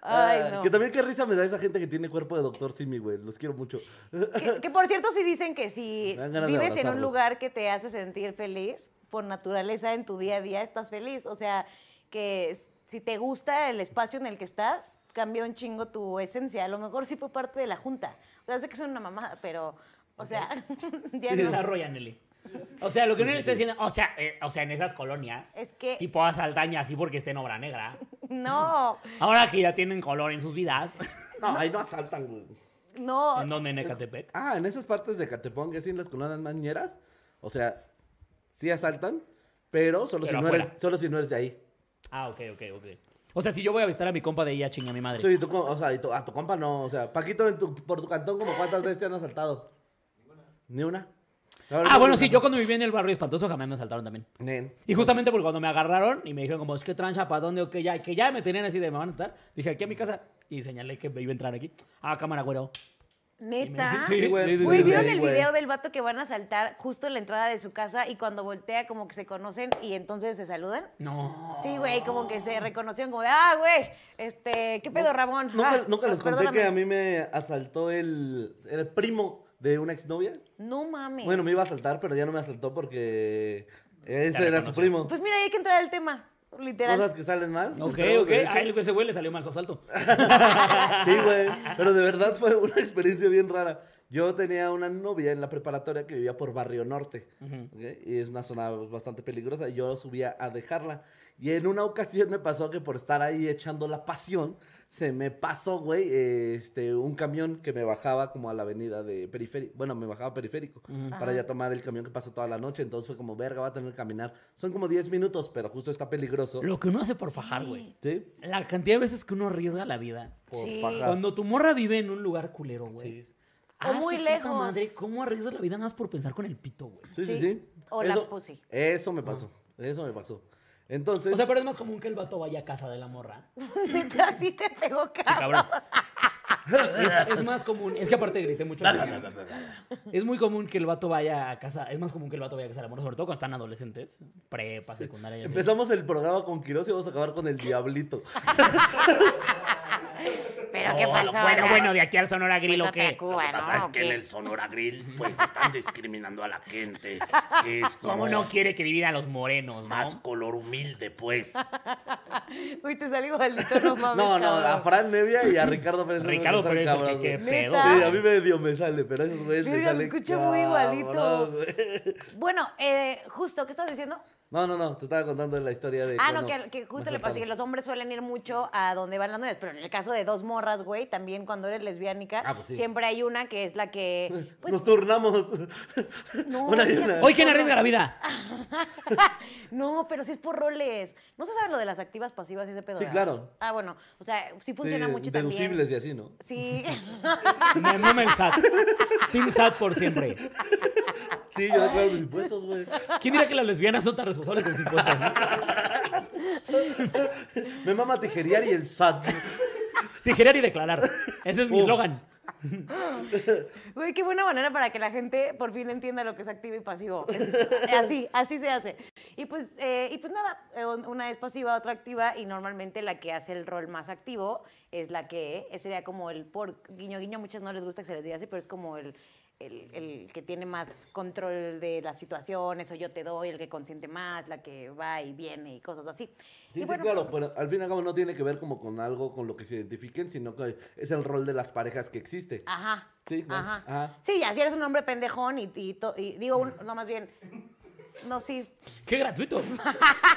Ay, no.
Ah, Que también qué risa me da esa gente que tiene cuerpo de doctor Simi, güey. Los quiero mucho.
Que, que por cierto, sí dicen que si
Me dan ganas de
vives en un
abrazarlos.
lugar que te hace sentir feliz, por naturaleza en tu día a día estás feliz. O sea, que s- si te gusta el espacio en el que estás, cambia un chingo tu esencia. A lo mejor sí fue parte de la junta. O sea, sé que es una mamada, pero, o sea, ya no.
Desarrolla, Nelly. O sea, lo que Nelly está diciendo, o sea, eh, o sea, en esas colonias,
Es que-
tipo a Saldaña, así porque está en obra negra.
No.
Ahora que ya tienen color en sus vidas,
No, ahí no asaltan, güey.
No,
¿En dónde? ¿En Ecatepec?
Ah, en esas partes de Catepong, que sí, en las colonias más ñeras, o sea, sí asaltan, pero solo,
Pero
si, no
afuera.
eres, solo si no eres de ahí.
Ah, ok, ok, ok. O sea, si yo voy a visitar a mi compa de ella, chinga mi madre.
Sí, tú, co- o sea, y tu- a tu compa no, o sea, Paquito, en tu- por tu cantón, como cuántas veces te han asaltado? Ni una. A ver,
Ah,
¿cómo
bueno,
te
sí,
asaltó?
yo cuando viví en el barrio espantoso jamás me asaltaron también.
Nen.
Y justamente porque cuando me agarraron y me dijeron como, es que trancha, ¿para dónde? o qué ya, que ya me tenían así de, me van a entrar. Dije, aquí a mi casa. Y señalé que me iba a entrar aquí. Ah, cámara, güero.
neta.
Sí, güey.
Sí, sí,
Güey,
sí, sí.
¿vieron
sí,
el
güey.
video del vato que van a saltar justo en la entrada de su casa y cuando voltea como que se conocen y entonces se saludan?
No.
Sí, güey, como que se reconocieron como de, ah, güey, este, ¿qué pedo, Ramón?
Nunca,
Ah,
nunca les conté
perdóname".
que a mí me asaltó el, el primo de una exnovia.
No mames.
Bueno, me iba a asaltar, pero ya no me asaltó porque ese
Ya
era su
reconoció.
primo.
Pues mira, hay que entrar al tema, literal.
Cosas que salen mal.
Ok,
Pero,
ok.
de hecho,
A él, ese güey le salió mal su asalto.
Sí, güey. Pero de verdad fue una experiencia bien rara. Yo tenía una novia en la preparatoria que vivía por Barrio Norte. ¿ok? Y es una zona bastante peligrosa. Y yo subía a dejarla. Y en una ocasión me pasó que por estar ahí echando la pasión, se me pasó, güey, este, un camión que me bajaba como a la avenida de periférico. Bueno, me bajaba periférico para ya tomar el camión que pasó toda la noche. Entonces fue como, verga, va a tener que caminar. Son como 10 minutos, pero justo está peligroso.
Lo que uno hace por fajar, güey.
¿Sí?
La cantidad de veces que uno arriesga la vida.
Por
Sí.
fajar.
Cuando tu morra vive en un lugar culero, güey.
Ah.
Ah,
Sí.
O muy
su puta
lejos.
madre, ¿cómo arriesgas la vida nada más por pensar con el pito, güey?
Sí, sí,
Sí.
sí.
O la pussy.
Eso me pasó. Eso me pasó. Entonces,
O sea, pero es más común que el vato vaya a casa de la morra.
Neta, sí te pegó,
Sí,
cabrón.
cabrón. es, es más común. Es que aparte grité mucho. es muy común que el vato vaya a casa. Es más común que el vato vaya a casa de la morra, sobre todo cuando están adolescentes. Prepa, secundaria. y así.
empezamos el programa con Quiroz y vamos a acabar con el diablito.
Pero ¿qué
Oh,
pasó? Pues
bueno,
Ra-
bueno, de aquí al Sonora Grill o
Fuiste a
qué.
Tacuba, ¿no? ¿O qué?
Sonora Grill, pues están discriminando a la gente. que Es
¿Cómo no quiere que divida a los morenos, no?
color humilde, pues.
Uy, te salió igualito, no mames,
No, no, a
cabrón.
Fran Nevia y a Ricardo Pérez.
Ricardo
Pérez,
Pérez, el que, qué
güey.
pedo.
Neta.
Sí, a mí medio me sale, pero a esos güeyes les
Verga, se
sale
escucha muy igualito.
cabrón, güey.
Bueno, eh, justo, ¿qué estás diciendo?
No, no, no, te estaba contando la historia de...
Ah, no,
cuando
que, que justo
me
le pasa que
asaltaron.
los hombres suelen ir mucho a donde van las novias, pero en el caso de dos morras, güey, también cuando eres lesbiánica,
Ah, pues sí.
siempre hay una que es la que... Pues,
Nos turnamos.
No,
Una
es
y
que-
una.
Hoy, ¿quién arriesga la vida?
no, pero sí es por roles. ¿No se sabe lo de las activas pasivas y ese pedo?
Sí,
verdad?
claro.
Ah, bueno, o sea, sí funciona
Sí,
mucho también.
Deducibles y así, ¿no?
Sí,
Me mama el SAT. Team SAT por siempre.
Sí, yo declaro mis impuestos, güey.
¿Quién dirá que las lesbianas son tan responsables con sus impuestos? no?
Me mama tijerear y el SAT.
Tijerear y declarar. Ese es mi
Uf.
eslogan.
güey, qué buena manera para que la gente por fin entienda lo que es activo y pasivo. Es- así, así se hace. Y pues, eh, y pues nada, eh, un- una es pasiva, otra activa, y normalmente la que hace el rol más activo es la que eh, sería como el por guiño guiño, a muchas no les gusta que se les diga así, pero es como el, el- el que tiene más control de las situaciones, o yo te doy, el que consiente más, la que va y viene y cosas así.
Sí,
Y
sí,
bueno, pues,
claro, pero al fin y al cabo no tiene que ver como con algo con lo que se identifiquen, sino que es el rol de las parejas que existe.
Ajá.
Sí, claro.
ajá.
Ajá.
Sí, ya, si eres un hombre pendejón y, y to- y digo, un- no, más bien, no, sí.
Qué gratuito.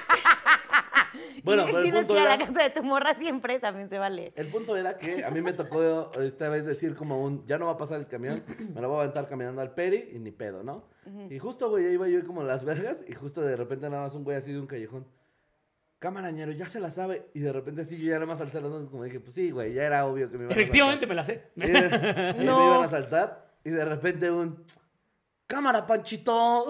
Bueno,
Y
pero el
tienes que
punto
ir a
era,
la casa de tu morra siempre, también se vale.
el punto era que a mí me tocó esta vez decir como un, ya no va a pasar el camión, me lo voy a aventar caminando al peri y ni pedo, ¿no? Y justo, güey, ahí iba yo como las vergas y justo de repente nada más un güey así de un callejón. Camarañero, ya se la sabe. Y de repente sí, yo ya nada más salté las manos como dije, pues sí, güey, ya era obvio que me iba a
Efectivamente me la sé.
Y, de- y
No.
me iban a saltar y de repente un cámara panchito.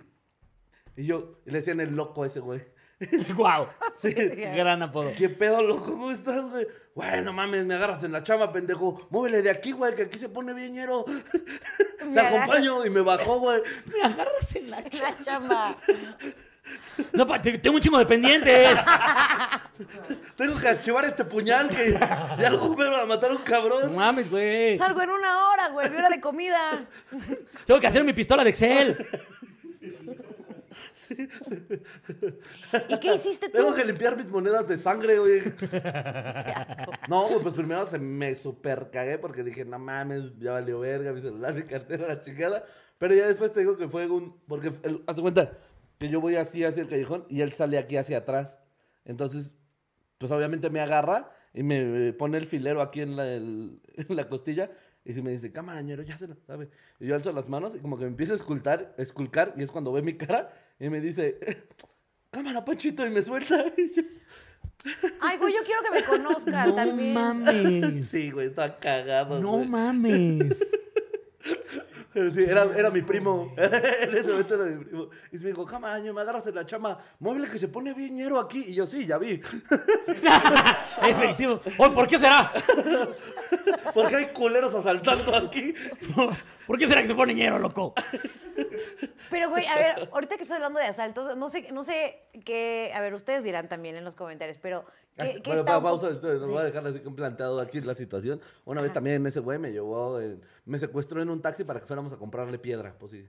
y yo y le decían el loco a ese güey.
Guau.
Sí.
Gran apodo.
¿Qué pedo, loco? ¿Cómo estás, güey? Güey, no mames, me agarras en la chamba, pendejo. Móvele de aquí, güey, que aquí se pone bien ñero. Te
agarras.
acompaño. Y me bajó, güey.
Me agarras en la
La chamba.
No, pa, te- tengo un chingo de pendientes.
Tengo que archivar este puñal que ya lo ocupé para matar a un
No
cabrón.
mames, güey.
Salgo en una hora, güey, mi hora de comida.
Tengo que hacer mi pistola de Excel.
¿Y qué hiciste tú?
Tengo que limpiar mis monedas de sangre, güey.
Qué asco.
No, güey, pues primero se me super cagué porque dije, no mames, ya valió verga, mi celular, mi cartera, la chingada. Pero ya después te digo que fue un. Porque, el- haz de cuenta, que yo voy así hacia el callejón y él sale aquí hacia atrás. Entonces, pues obviamente me agarra y me eh, pone el filero aquí en la, el- en la costilla. Y me dice, camarañero, ya se lo sabe. Y yo alzo las manos y como que me empieza a escultar, esculcar. Y es cuando ve mi cara y me dice, cámara, Panchito. Y me suelta. Y yo,
Ay, güey, yo quiero que me conozcan también.
mames.
sí, güey, está cagado.
Pues, No
güey".
mames.
Pero sí, era, era mi primo. en ese momento era mi primo. Y se me dijo, camaraño, me agarras en la chama. Muévele que se pone bien ñero aquí. Y yo, sí, ya vi.
Efectivo. Oye, ¿por qué será?
Porque hay culeros asaltando aquí.
¿Por qué será que se pone ñero, loco?
Pero, güey, a ver, ahorita que estoy hablando de asaltos, no sé, no sé qué. A ver, ustedes dirán también en los comentarios, pero. ¿qué,
Así-
qué
bueno,
está
pa-
un
pausa,
poco-
entonces, nos
sí.
voy a dejar así como planteado aquí la situación. Una vez también ese güey me llevó, en- me secuestró en un taxi para que fuéramos a comprarle piedra. Pues sí.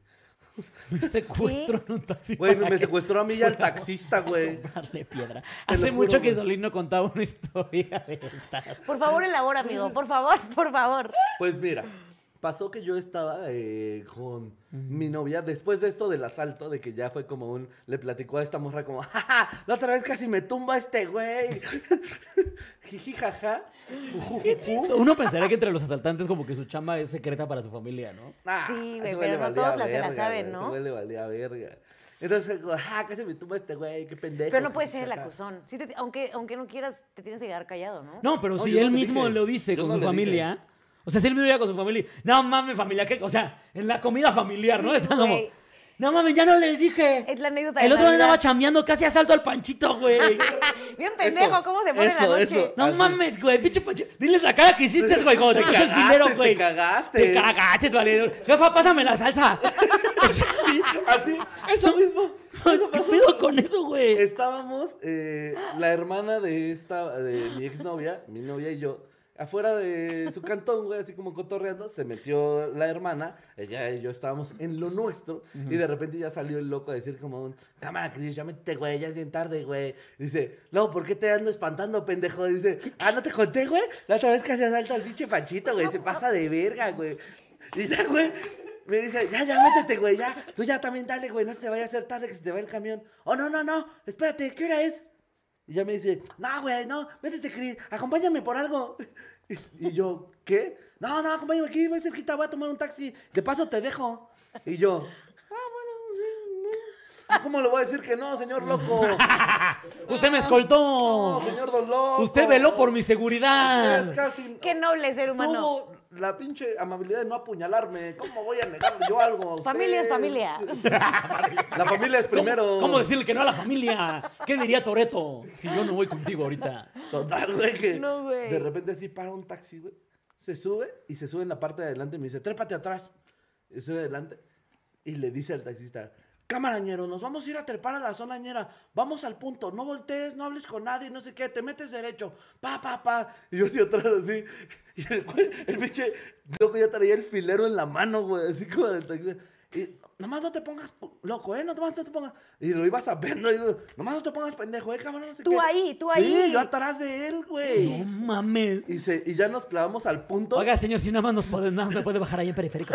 Me secuestro en un taxi.
Güey, me,
para
me
que
secuestró a mí y al taxista, güey.
comprarle piedra.
Te lo
Hace
juro,
mucho que
güey.
Solín no contaba una historia de estas.
Por favor, elabora, amigo. Por favor, por favor.
Pues mira, pasó que yo estaba eh, con mi novia después de esto del asalto, de que ya fue como un. Le platicó a esta morra como, ¡Ja, ja! La otra vez casi me tumba este güey. Jiji, jaja. Ujú, ujú.
Uno pensaría que entre los asaltantes como que su chamba es secreta para su familia, ¿no?
Ah,
Sí, güey,
ese
pero
le
no
valía
todos la- se la
verga,
saben,
güey,
¿no?
Ese güey le valía verga. Entonces, como, ah, casi me tumba este güey, qué pendejo.
Pero no puedes ser el
Jajaja.
acusón. Sí te- aunque, aunque no quieras, te tienes que quedar callado, ¿no?
No, pero
No,
si
yo no
él
le
mismo
dije.
lo dice
Yo
con
no
su
le dije.
familia. O sea, si él mismo llega con su familia. No mames, familia. ¿qué? O sea, en la comida familiar, ¿no?
Sí,
Está como,
güey.
No mames, ya no les dije.
Es la anécdota de
El otro día
Navidad.
andaba chambeando casi asalto al panchito, güey.
Bien pendejo,
Eso,
¿cómo se pone en la
eso,
noche?
eso.
No
Así.
mames, güey, pinche Panchito. Diles la cara que hiciste, güey, cuando te
Te
cagaste el
cagaste,
filero,
te
güey.
cagaste.
Te cagaste, valedor. Jefa, pásame la salsa.
Sí, así, eso mismo. Eso
¿Qué
pasó.
pedo con eso, güey?
Estábamos, eh, la hermana de esta, de mi exnovia, mi novia y yo, afuera de su cantón, güey, así como cotorreando, se metió la hermana, ella y yo estábamos en lo nuestro, y de repente ya salió el loco a decir como un, cámara, Cris, ya métete, güey, ya es bien tarde, güey. Dice, no, ¿por qué te ando espantando, pendejo? Dice, ah, ¿no te conté, güey? La otra vez casi asalta al pinche Panchito, güey, se pasa de verga, güey. Y ya, güey, me dice, ya, ya, métete, güey, ya. Tú ya también dale, güey, no se te vaya a hacer tarde que se te va el camión. Oh, no, no, no, espérate, ¿qué hora es? Y ya me dice, no, güey, no, métete, Cris, acompáñame por algo. Y, y yo, ¿qué? No, no, acompáñame aquí, voy cerquita, voy a tomar un taxi. De paso te dejo. Y yo, ah, bueno, sí, no. ¿Cómo le voy a decir que no, señor loco?
Usted me escoltó.
No, señor dolor.
Usted veló por mi seguridad.
Usted casi
Qué noble ser humano.
tuvo la pinche amabilidad de no apuñalarme. ¿Cómo voy a negarle yo algo a usted?
Familia es familia.
La familia es
¿Cómo-
primero.
¿Cómo, decirle que no a la familia? ¿Qué diría Toreto si yo no voy contigo ahorita?
Total, güey, que
No, güey.
de repente así para un taxi, güey. Se sube y se sube en la parte de adelante y me dice, trépate atrás. Y sube adelante y le dice al taxista, camarañero, nos vamos a ir a trepar a la zona ñera. Vamos al punto, no voltees, no hables con nadie, no sé qué, te metes derecho. Pa, pa, pa. Y yo así atrás así. Y el, güey- el pinche loco ya traía el filero en la mano, güey, así como del taxista. Y nomás no te pongas loco, ¿eh? No, nomás no te pongas. Y lo iba sabiendo. Y lo- nomás no te pongas pendejo, ¿eh, cabrón? No sé
Tú
qué".
ahí, tú
Sí,
ahí.
yo atrás de él,
No
güey.
mames.
Y, se, y ya nos clavamos al punto.
Oiga, señor, si nada más nos puede, nada más me puede bajar ahí en periférico.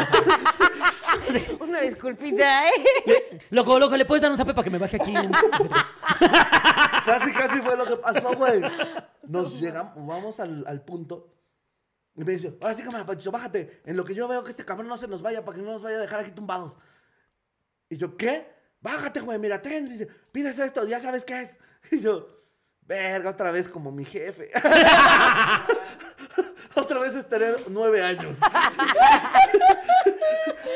Una disculpita, ¿eh?
Loco, loco, ¿le puedes dar un zape para que me baje aquí? en-
Casi, casi fue lo que pasó, güey. Nos llegamos, vamos al, al punto. Y me dice, ahora sí, cámara, Pancho, bájate. En lo que yo veo que este cabrón no se nos vaya para que no nos vaya a dejar aquí tumbados. Y yo, ¿qué? Bájate, güey, mira, ten. Me dice, pides esto, ya sabes qué es. Y yo, verga, otra vez como mi jefe. otra vez es tener nueve años.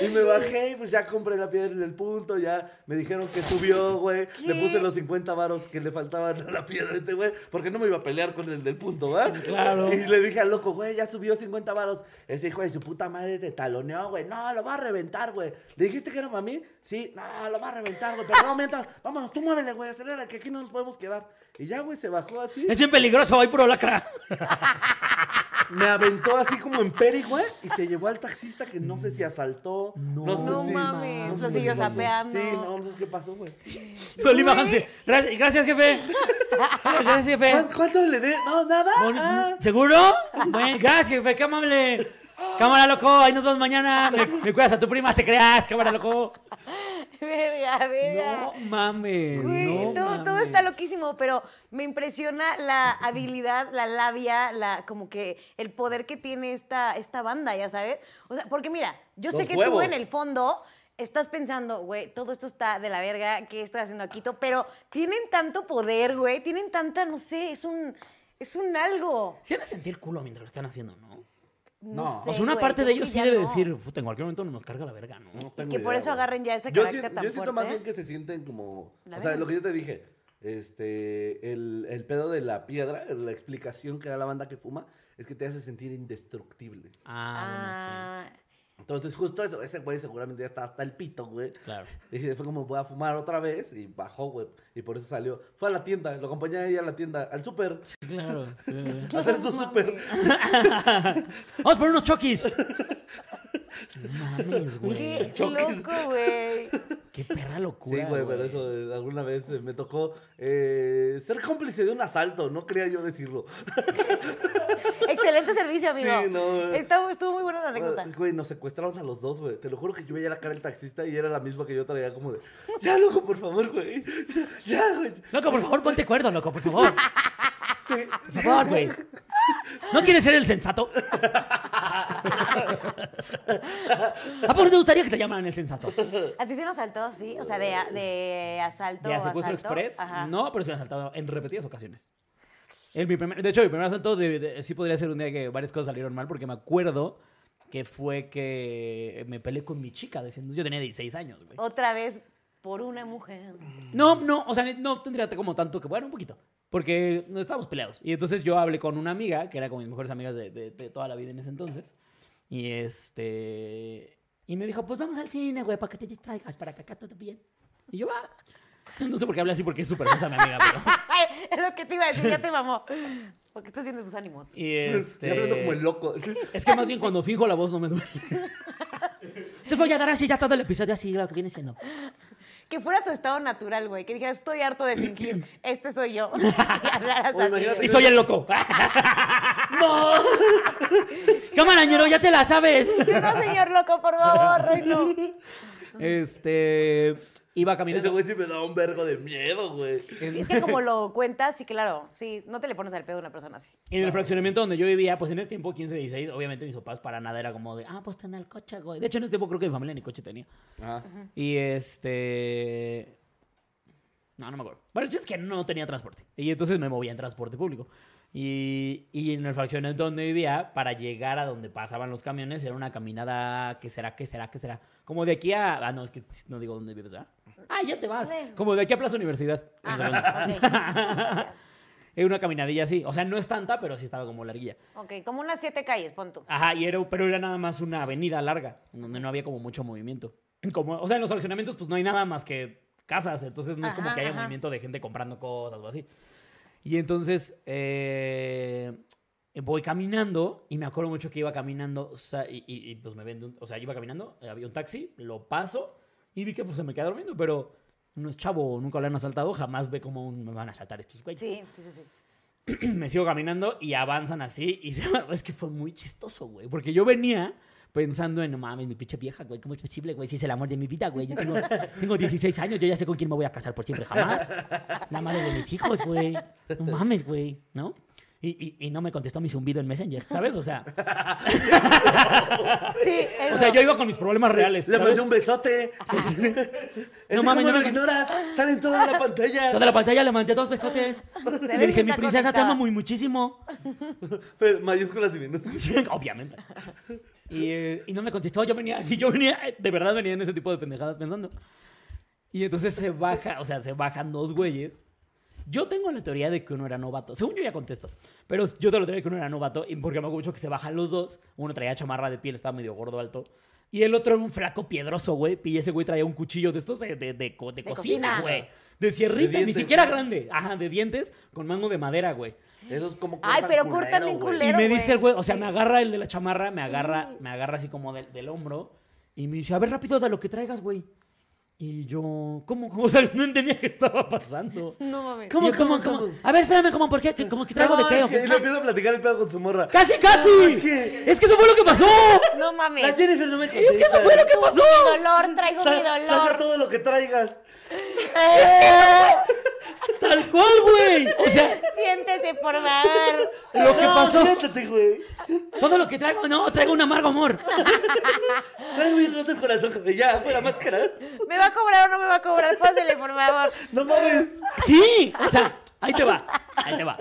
Y me bajé y pues ya compré la piedra en el punto, ya me dijeron que subió, güey. Le puse los 50 varos que le faltaban a la piedra a este güey, porque no me iba a pelear con el del punto, ¿verdad?
Claro.
Y le dije al loco, güey, ya subió 50 varos. Ese hijo de su puta madre te taloneó, güey. No, lo va a reventar, güey. ¿Le dijiste que era para mí? Sí, no, lo va a reventar, güey. Pero no, mientras, vámonos, tú muévele, güey, acelera, que aquí no nos podemos quedar. Y ya, güey, se bajó así.
Es bien peligroso, hay puro lacra.
Me aventó así como en peri, güey, y se llevó al taxista que no sé si asaltó. No, sé
No
si-
mames,
no sé
lo
si
siguió
pasó.
sapeando.
Sí, no, no sé qué pasó, güey.
Solín, bájense. Gracias, gracias, jefe. Gracias, jefe.
¿Cuán- ¿Cuánto le dé? No, nada.
Bon-
Ah,
¿Seguro? Bueno, gracias, jefe, qué amable. Cámara, loco, ahí nos vemos mañana. Me, me cuidas a tu prima, te creas, cámara, loco.
Verga, verga.
No mames.
Güey,
no,
todo,
mames.
todo está loquísimo, pero me impresiona la habilidad, la labia, la como que el poder que tiene esta, esta banda, ya sabes. O sea, porque mira, yo sé
Los
que tú
huevos.
en el fondo estás pensando, güey, todo esto está de la verga, ¿qué estoy haciendo aquí? To- Pero tienen tanto poder, güey, tienen tanta, no sé, es un, es un algo.
Sí han de sentir culo mientras lo están haciendo, ¿no?
No,
No.
sé,
o sea, una
güey,
parte
yo
de
creo
ellos
que
sí
ya
debe
no.
decir, puta, en cualquier momento nos carga la verga, ¿no?
No
Y
tengo
que por
idea,
eso
güey.
agarren ya ese
Yo
carácter
siento-
tan
Yo siento más bien
fuerte.
que se sienten como.
La
o sea,
verga.
lo que yo te dije. Este. El, el pedo de la piedra, la explicación que da la banda que fuma, es que te hace sentir indestructible.
Ah,
Ah,
Entonces, justo eso. Ese güey seguramente ya está hasta el pito, güey.
bueno, sí. Claro.
Y fue como, voy a fumar otra vez. Y bajó, güey. Y por eso salió. Fue a la tienda. Lo acompañé a ella a la tienda, al súper.
Sí, claro. sí, sí.
A hacer su súper.
Vamos por unos chokis. No mames, güey.
Qué loco, güey.
Qué perra
Sí,
locura.
güey, pero eso eh, alguna vez eh, me tocó eh, ser cómplice de un asalto, no quería yo decirlo.
Excelente servicio, amigo.
Sí, no. eh.
Estuvo, estuvo muy buena la anécdota.
Güey, nos secuestraron a los dos, güey. Te lo juro que yo veía la cara del taxista y era la misma que yo traía como de, ya, loco, por favor, güey. Ya, Ya, güey.
Loco, por favor, ponte cuerdo, loco, por favor.
Te-
Por favor, güey. ¿No quieres ser el sensato? ¿A poco te gustaría que te llamaran el sensato?
¿A ti te han asaltado así? O sea, de, de asalto
¿De
a
a secuestro
asalto.
express?
Ajá.
No, pero se me ha saltado en repetidas ocasiones. En mi primer- de hecho, mi primer asalto de- de- sí podría ser un día que varias cosas salieron mal, porque me acuerdo que fue que me peleé con mi chica. Diciendo, yo tenía 16 años, güey.
Otra vez por una mujer.
No, no, o sea, no tendría como tanto que, bueno, un poquito. Porque no estábamos peleados. Y entonces yo hablé con una amiga, que era como mis mejores amigas de, de- de toda la vida en ese entonces. Y este. Y me dijo, pues vamos al cine, güey, para que te distraigas, para que acá todo bien. Y yo, va. No sé por qué habla así, porque es súper esa mi amiga, pero.
Ay, es lo que te iba a decir, ya te mamó. Porque estás viendo tus ánimos.
Y
Y
este.
hablando como el loco.
Es que más bien cuando finjo la voz no me duele. Se voy a dar así ya todo el episodio así, lo que viene siendo.
Que fuera tu estado natural, güey. Que dijeras, estoy harto de fingir. Este soy yo. Y hablaras
O
así.
imagínate-
Y soy el loco. ¡No! Cámara, ñero, ya te la sabes.
No, señor loco, por favor, Roy, no.
Este. Iba
Ese
caminando.
güey sí me daba un vergo de miedo, güey.
Sí, es que como lo cuentas, sí, claro. Sí, no te le pones al pedo a una persona así.
En el fraccionamiento donde yo vivía, pues en ese tiempo, 15, 16, obviamente mis papás para nada era como de, ah, pues ten el coche, güey. De hecho, en ese tiempo creo que mi familia ni coche tenía.
Ah,
Y este. No, no me acuerdo. Bueno, el chiste es que no tenía transporte. Y entonces me movía en transporte público. Y, y en el fraccionamiento donde vivía, para llegar a donde pasaban los camiones, era una caminada. ¿Qué será? ¿Qué será? ¿Qué será? Como de aquí a. Ah, no, es que no digo dónde vives, ¿verdad? Ah, ya te vas.
Bueno.
Como de aquí a Plaza Universidad.
Ah,
Era una caminadilla así. O sea, no es tanta, pero sí estaba como larguilla.
ok. Ok, como unas siete calles, pon tú.
Ajá, y era, pero era nada más una avenida larga, donde no había como mucho movimiento. Como, o sea, en los fraccionamientos pues no hay nada más que casas, entonces no es como
Ajá,
que haya
ajá.
movimiento de gente comprando cosas o así. Y entonces eh, voy caminando y me acuerdo mucho que iba caminando o sea, y, y- y, pues me vende un, o sea, iba caminando, eh, había un taxi, lo paso y vi que pues se me queda durmiendo, pero no es chavo, nunca lo han asaltado, jamás ve como un, me van a asaltar estos güeyes
Sí, sí, sí. sí.
me sigo caminando y avanzan así. Y se- es que fue muy chistoso, güey. Porque yo venía pensando en, no mames, mi pinche vieja, güey, ¿cómo es posible, güey? Si es el amor de mi vida, güey. Yo tengo, tengo 16 años, yo ya sé con quién me voy a casar por siempre, jamás. La madre de mis hijos, güey. No mames, güey, ¿no? Y, y- y no me contestó mi zumbido en Messenger, ¿sabes? O sea,
Sí,
o
eso.
sea yo iba con mis problemas reales.
Le
¿sabes?
mandé un besote.
No
No
mames, no
mames, no
me-
lo ignoras. Sale en toda la pantalla.
Toda la pantalla le mandé dos besotes.
ve
Le
que
dije, mi
está
princesa, te
conectada".
amo muy muchísimo.
Pero Mayúsculas y minúsculas.
Sí, obviamente. Y, eh, y no me contestó, yo venía así, yo venía, eh, de verdad venía en ese tipo de pendejadas pensando. Y entonces se baja, o sea, se bajan dos güeyes. Yo tengo la teoría de que uno era novato. Según yo ya contesto. Pero yo tengo la teoría de que uno era novato. Y porque me acuerdo mucho que se bajan los dos. Uno traía chamarra de piel, estaba medio gordo alto. Y el otro era un flaco piedroso, güey. Y ese güey traía un cuchillo de estos de, de, de co- de
De
cocina,
cocina.
güey. De sierrita, ni
dientes,
siquiera
¿no?
grande. Ajá, de dientes con mango de madera, güey.
Esos como
Ay, pero cortan bien
güey.
culero.
Y me
güey.
dice el güey, o sea, me agarra el de la chamarra, me agarra, me agarra así como del, del hombro y me dice, a ver, rápido, da lo que traigas, güey. Y yo, ¿cómo? cómo? O sea, no entendía qué estaba pasando.
No mames.
¿Cómo,
¿Y
cómo,
cómo,
cómo?
cómo?
A ver, espérame, ¿cómo? ¿Por qué? ¿Qué- ¿Cómo que traigo
No,
de qué?
es
o qué?
que- Y le empiezo a platicar el pedo con su morra.
¡Casi, casi!
es que-
Es que eso fue lo que pasó.
No mames.
La Jennifer no me
Es que eso
contesta.
fue lo que pasó.
Mi dolor, traigo mi
Sa- Saca
dolor.
todo lo que traigas.
Tal cual, güey. O sea,
Siéntese, por favor.
lo que
No,
pasó.
Siéntate, güey.
Todo lo que traigo, no, traigo un amargo amor.
Traigo bien roto el corazón, güey. Ya, fuera máscara.
¿Me va a cobrar o no me va a cobrar? Pásele, por favor.
No mames.
Sí, o sea, ahí te va, ahí te va.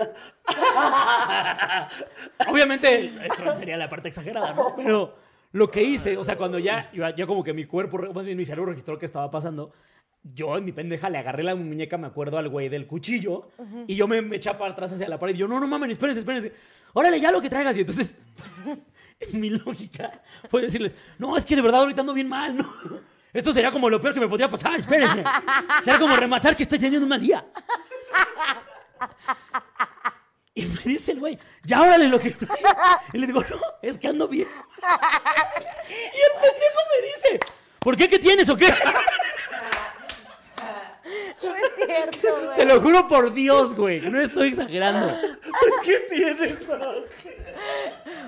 Obviamente, eso sería la parte exagerada, ¿no? Pero lo que hice, o sea, cuando ya, yo, yo como que mi cuerpo, re- más bien mi cerebro registró que estaba pasando, yo en mi pendeja le agarré la muñeca, me acuerdo, al güey del cuchillo, y yo me, me eché para atrás hacia la pared, y yo, no, no mames, espérense, espérense, órale, ya lo que traigas, y entonces, mi lógica fue decirles, no, es que de verdad ahorita ando bien mal, no. Esto sería como lo peor que me podría pasar, "Ah, espérenme. Sería como rematar que estoy teniendo un mal día. Y me dice el güey, ya órale lo que traes. Y le digo, no, es que ando bien. Y el pendejo me dice, ¿por qué? ¿Qué tienes o qué?
No es cierto,
Te
güey.
lo juro por Dios, güey. No estoy exagerando.
Pues, ¿qué tienes?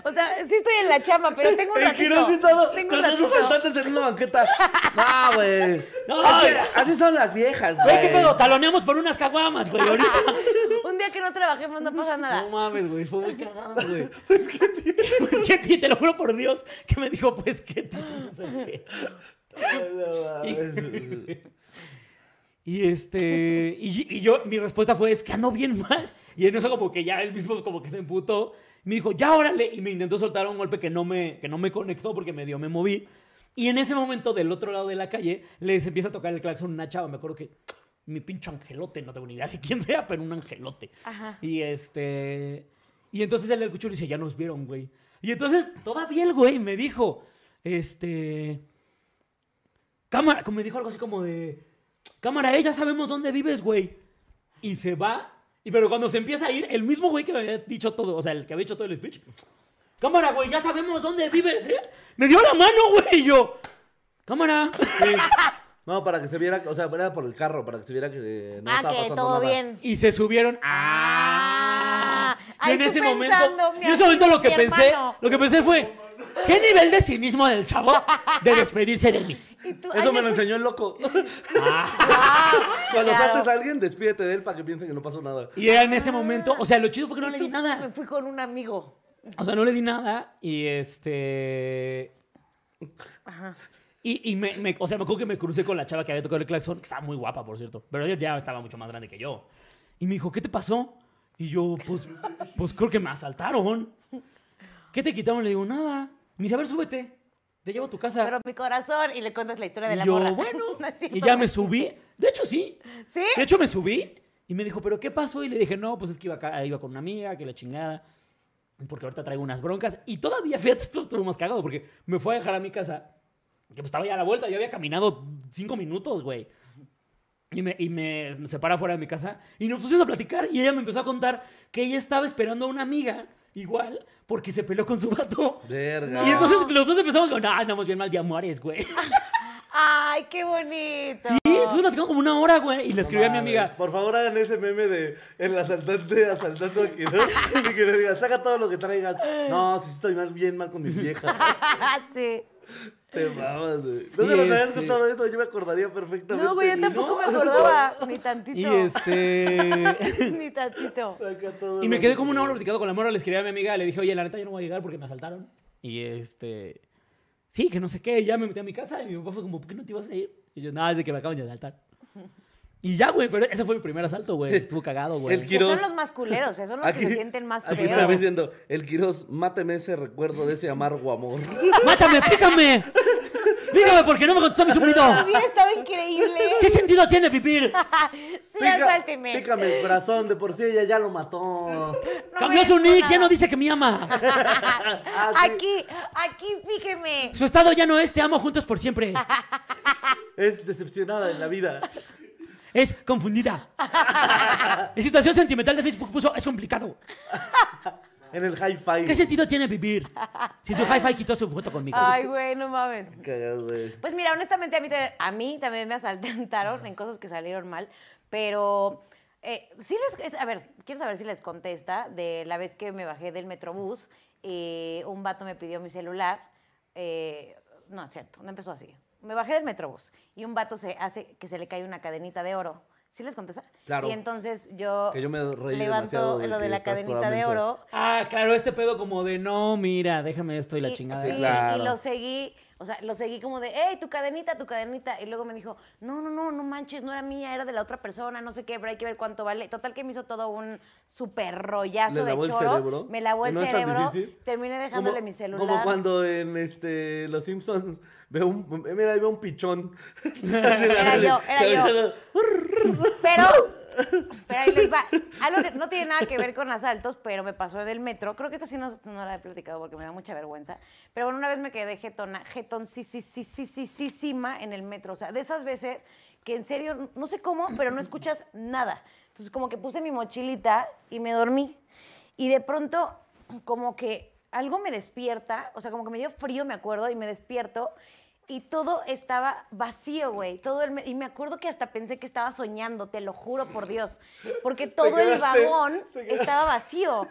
O sea, sí estoy en la chamba, pero tengo un
El
ratito.
quirocitado
Tengo
con
un
los
ratito.
saltantes en una banqueta. No, güey.
No,
Es que así son las viejas, güey.
Güey, ¿qué pedo? Taloneamos por unas caguamas, güey, ahorita.
Un día que no trabajemos no pasa
No
nada.
mames, güey, fue muy cagado, güey. Pues que ti- te lo juro por Dios, que me dijo, pues que ti- no sé qué. Y este, y, y yo, mi respuesta fue, es que ando bien mal. Y en eso como que ya él mismo como que se emputó. Me dijo, ya órale. Y me intentó soltar un golpe que no me, que no me conectó porque medio me moví. Y en ese momento, del otro lado de la calle, les empieza a tocar el claxon una chava. Me acuerdo que mi pinche angelote, no tengo ni idea de quién sea, pero un angelote.
Ajá.
Y este. Y entonces el del cuchillo dice, ya nos vieron, güey. Y entonces todavía el güey me dijo, este. Cámara, como me dijo algo así como de. Cámara, eh, ya sabemos dónde vives, güey. Y se va. Y pero cuando se empieza a ir, el mismo güey que me había dicho todo, o sea, el que había hecho todo el speech. Cámara, güey, ya sabemos dónde vives, ¿eh? Me dio la mano, güey, y yo. Cámara.
No, para que se viera, o sea, era por el carro, para que se viera que eh, no
ah,
estaba
que
pasando
todo
nada.
bien.
Y se subieron.
Ah.
¡Ah!
Ahí
y en
tú
ese
pensando,
momento,
mi
y en ese momento lo que
mi
pensé,
hermano.
lo que pensé fue, ¿qué nivel de cinismo del chavo de despedirse de mí?
Y tú,
Eso
ay,
me lo
no-
enseñó el loco.
Ah,
Cuando
claro.
saltes a alguien, despídete de él para que piensen que no pasó nada.
Y era en ese momento, o sea, lo chido fue que no
Y
le
tú,
di nada.
Me fui con un amigo.
O sea, no le di nada y este... Y, y me, me- o sea, me acuerdo que me crucé con la chava que había tocado el claxon, que estaba muy guapa, por cierto, pero ella ya estaba mucho más grande que yo. Y me dijo, ¿qué te pasó? Y yo, pues, pues creo que me asaltaron. ¿Qué te quitaron? Le digo, nada. Me dice, a ver, súbete. Te llevo a tu casa.
Pero mi corazón. Y le cuentas la historia de
y
la
yo,
morra.
bueno.
No es cierto.
y ya me subí. De hecho, sí.
¿Sí?
De hecho, me subí y me dijo, ¿pero qué pasó? Y le dije, no, pues es que iba, acá- iba con una amiga, que la chingada. Porque ahorita traigo unas broncas. Y todavía, fíjate, esto estuvo más cagado porque me fue a dejar a mi casa. Que pues estaba ya a la vuelta. Yo había caminado cinco minutos, güey. Y me, y me se para fuera de mi casa y nos pusimos a platicar y ella me empezó a contar que ella estaba esperando a una amiga igual porque se peleó con su vato.
Verga.
Y entonces los dos empezamos con, no, andamos bien mal de amores, güey.
Ay, qué bonito.
Sí, estuvimos platicando como una hora, güey. Y le escribí a mi amiga,
Por favor, hagan ese meme de el asaltante asaltando a quien y que le diga, saca todo lo que traigas. No, si estoy mal, bien mal con mi vieja.
sí.
Te mamas, güey. No
Y
se los habían
este-
contado eso, yo me acordaría perfectamente.
No, güey, yo
Y
tampoco me
no,
acordaba. Ni
Y
tantito.
este.
Ni tantito.
saca todo
y me
lo
quedé
que-
como una hora platicando con la morra. Le escribí a mi amiga, le dije, oye, la neta, yo no voy a llegar porque me asaltaron. Y este. Sí, que no sé qué. y ya me metí a mi casa y mi papá fue como, ¿por qué no te ibas a ir? Y yo, nada, es de que me acaban de asaltar. Y ya, güey, pero ese fue mi primer asalto, güey. Estuvo cagado, güey.
El
Que son
Quirós.
los más culeros, eh, son los que se sienten más
aquí otra vez
feos.
diciendo, el Quirós, máteme ese recuerdo de ese amargo amor.
¡Mátame, pícame! ¡Pícame porque no me contestó mi suplido!
Hubiera estado increíble.
¿Qué sentido tiene vivir?
Sí,
Pica-
asálteme.
Pícame el corazón, de por sí ella ya lo mató.
No
Cambió su
merezco
nick,
nada.
ya no dice que me ama.
Ah, sí.
Aquí, aquí píqueme.
Su estado ya no es te amo juntos por siempre.
Es decepcionada en la vida.
Es confundida. La situación sentimental de Facebook puso es complicado.
en el hi-fi.
¿Qué sentido tiene vivir? Si tu hi-fi quitó su foto conmigo.
Ay, güey, no mames.
Cagado, güey.
Pues mira, honestamente a mí, también- a mí también me asaltaron en cosas que salieron mal, pero eh, sí les, es- a ver, quiero saber si les contesta de la vez que me bajé del metrobús y un vato me pidió mi celular. eh, no, es cierto, no empezó así. Me bajé del metrobús y un vato se hace que se le cae una cadenita de oro. ¿Sí les contesta?
Claro.
Y entonces yo,
Que yo me reí demasiado
levanto
de
lo de
que
la
estás toda
cadenita de
mensa.
oro.
Ah, claro, este pedo como de no, mira, déjame esto y la
Y-
chingada.
sí,
Sí, claro.
y lo seguí, o sea, lo seguí como de, hey, tu cadenita, tu cadenita. Y luego me dijo, no, no, no, no manches, no era mía, era de la otra persona, no sé qué, pero hay que ver cuánto vale. Total que me hizo todo un super rollazo
¿Le
de
lavó el
choro.
cerebro?
Me lavó el
¿No es tan
cerebro.
difícil?
Terminé
Como-
dejándole mi celular.
Como cuando en este Los Simpsons veo un mira, ahí veo un pichón. Era
yo, era yo. Pero, pero ahí les va. Algo que no tiene nada que ver con asaltos, pero me pasó en el metro. Creo que esta sí no, no la he platicado porque me da mucha vergüenza. Pero bueno, una vez me quedé jetona, jetón sí, sí, sí, sí, sí, sí, cima en el metro. O sea, de esas veces que en serio, no sé cómo, pero no escuchas nada. Entonces, como que puse mi mochilita y me dormí. Y de pronto, como que algo me despierta, o sea, como que me dio frío, me acuerdo, y me despierto. Y todo estaba vacío, güey. Todo el me- y me acuerdo que hasta pensé que estaba soñando, te lo juro por Dios. Porque todo el
quedaste-
vagón
te quedaste.
estaba vacío.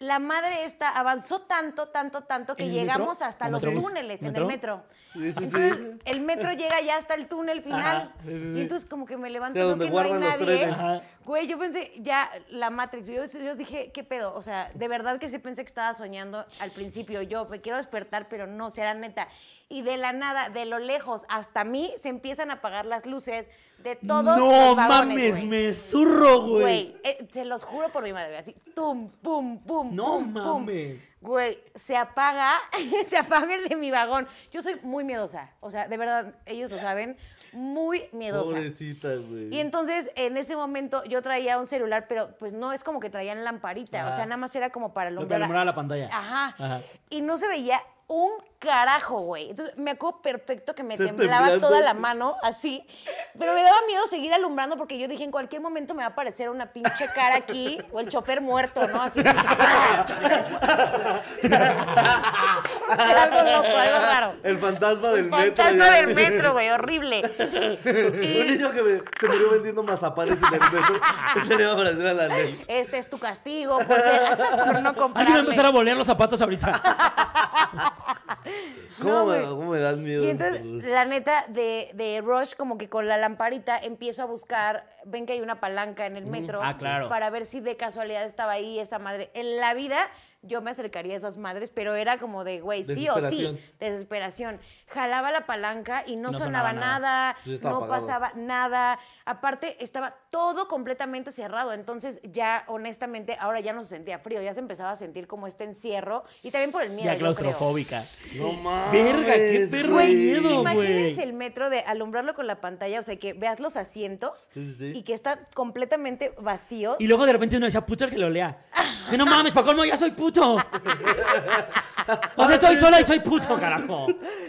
La madre esta avanzó tanto, tanto, tanto que
¿En el metro?
llegamos hasta
¿En
los
metrobús?
túneles en el
¿Metro?
metro.
Sí, sí, sí.
Entonces, el metro llega ya hasta el túnel final.
Ajá, sí, sí, sí.
Y entonces como que me levanto
O sea,
veo
donde
que no hay
guardan los
nadie.
trenes.
Ajá.
Güey, yo pensé ya la Matrix. Yo, yo dije, ¿qué pedo? O sea, de verdad que sí pensé que estaba soñando al principio. Yo me quiero despertar, pero no, será neta. Y de la nada, de lo lejos hasta mí, se empiezan a apagar las luces de todos
no
los vagones,
mames,
güey.
me zurro, güey.
Güey, eh, te los juro por mi madre, así, tum, pum, pum.
No
pum, pum.
mames.
Güey, se apaga, se apaga el de mi vagón. Yo soy muy miedosa, o sea, de verdad, ellos lo saben, muy miedosa.
Pobrecita, güey.
Y entonces, en ese momento, yo traía un celular, pero pues no es como que traían lamparita, o
Ajá.
sea, nada más era como para
Lo que
alumbrar.
alumbraba la pantalla.
Ajá.
Ajá.
Y no se veía un carajo, güey. Entonces, me acuerdo perfecto que me
Te
temblaba
temblando.
toda la mano, así. Pero me daba miedo seguir alumbrando porque yo dije, en cualquier momento me va a aparecer una pinche cara aquí o el chofer muerto, ¿no? Así. algo loco, algo raro.
El fantasma del
El
metro.
fantasma
ya.
del metro, güey, horrible.
Un niño que me- se murió vendiendo mazapanes en el metro. Se le va a aparecer a la ley.
Este es tu castigo por, ser- por no comprar.
pues,
Alguien va a empezar a bolear los zapatos ahorita.
¿Cómo,
No,
me,
güey.
cómo me dan miedo?
Y entonces,
estos, güey?
la neta, de, de Rush, como que con la lamparita empiezo a buscar, ven que hay una palanca en el metro,
Ah, claro.
para ver si de casualidad estaba ahí esa madre. En la vida yo me acercaría a esas madres, pero era como de, güey, sí o sí,
Desesperación.
desesperación. Jalaba la palanca y no,
No
sonaba,
sonaba
nada,
nada.
Entonces estaba
no
apagado.
pasaba nada. Aparte, estaba todo completamente cerrado, entonces ya, honestamente, ahora ya no se sentía frío, ya se empezaba a sentir como este encierro y también por el miedo.
ya
yo creo.
claustrofóbica.
No mames.
Verga, qué perro
Pues, güey.
miedo,
Imagínense
güey.
el metro de alumbrarlo con la pantalla, o sea, que veas los asientos
Sí, sí, sí.
y que están completamente vacíos.
Y luego de repente uno decía, puto el que lo lea. Y no mames, pa' colmo, ya soy puto. O sea, estoy sola y soy puto, carajo.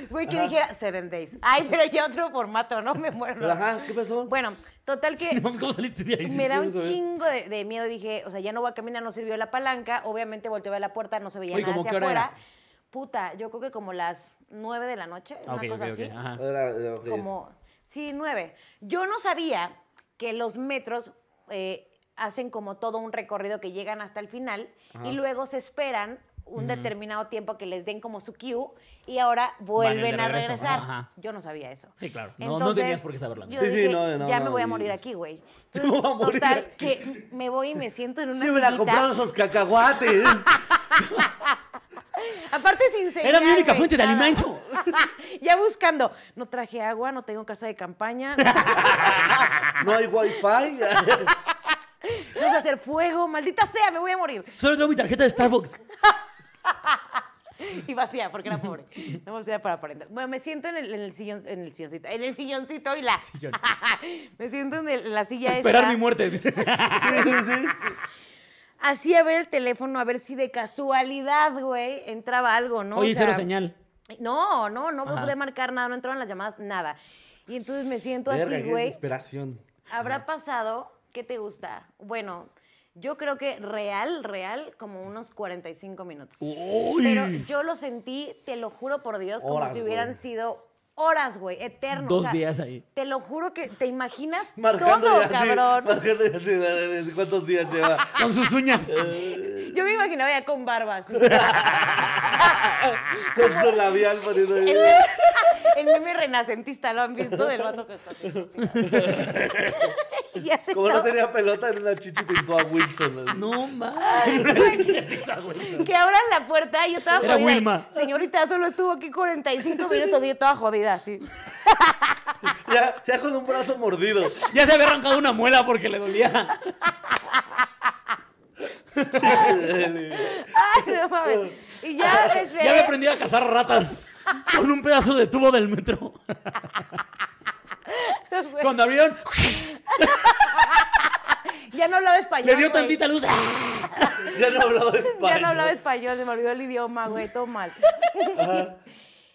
Güey, que dijera Seven Days. Ay, pero ya otro formato, ¿no? Me muero.
Pero, ajá, ¿qué pasó?
Bueno, total que
No mames, ¿cómo saliste de ahí?
me da un
quiero saber.
chingo de, de miedo. Dije, o sea, ya no voy a caminar, no sirvió la palanca. Obviamente volteé a ver la puerta, no se veía
Oye,
nada
¿cómo
hacia
qué hora
afuera.
era?
Puta, yo creo que como las nueve de la noche,
Ah, Ok,
una
ok,
cosa
ok.
así.
Ajá.
Ahora, eh, ok.
como, sí, nueve. Yo no sabía que los metros eh, hacen como todo un recorrido que llegan hasta el final y luego se esperan un determinado tiempo que les den como su cue y ahora vuelven
de
a
regreso,
regresar.
ajá.
Yo no sabía eso.
Sí, claro. No- no tenías por qué saberlo.
Yo
Sí, sí,
dije,
no, no,
ya me
no,
voy a
y-
morir aquí, güey.
Yo
Entonces,
me voy a morir
total,
aquí.
que me voy y me siento en una
Sí, hubiera
sillita.
comprado esos cacahuates.
Aparte sin señal.
Era mi única
güey,
fuente de
nada.
alimento.
ya buscando. No traje agua, no tengo casa de campaña.
No hay wifi.
No sé hacer fuego, maldita sea, me voy a morir.
Solo tengo mi tarjeta de Starbucks.
Y vacía, porque era pobre. No me hacía para aprender. Bueno, me siento en el, en el sillón, en el silloncito, en el silloncito y la.
Sillón.
me siento en, el- en la silla
Esperar
esta,
mi muerte. dice.
Así a ver el teléfono, a ver si de casualidad, güey, entraba algo, ¿no?
Oye,
O sea,
cero señal.
No, no, no
Ajá.
pude marcar nada, no entraban las llamadas, nada. Y entonces me siento
Verga,
así,
qué
güey.
desesperación.
Habrá pasado, ¿qué te gusta? Bueno, Yo creo que real, real, como unos 45 minutos.
Uy.
Pero yo lo sentí, te lo juro por Dios, como
Horas,
si hubieran
güey.
sido horas, güey, eternos.
Dos
O sea,
días ahí.
Te lo juro que te imaginas
Marcando
todo,
ya, sí,
cabrón.
marcando ya, sí, de- de- cuántos días lleva.
Con sus uñas.
Yo me imaginaba ya con barba, así.
Con su labial poniendo ahí.
El meme renacentista, ¿lo han visto? Del vato que está así. Ya se
Como no
estaba-
tenía pelota, en una chichi pintó a Wilson. así.
No mames.
Que abran la puerta y yo estaba
Era
jodida. y,
Wilma.
Señorita, solo estuvo aquí 45 minutos y yo estaba jodida, así.
Ya, ya con un brazo mordido.
Ya se había arrancado una muela porque le dolía.
Ay, no mames. Y ya, este,
Ah, Ya había aprendido a cazar ratas con un pedazo de tubo del metro.
güey,
Cuando abrieron,
ya no hablaba español.
le dio
güey.
tantita luz.
Ya no hablaba de
Ya no hablaba español, se me olvidó el idioma, güey, todo mal.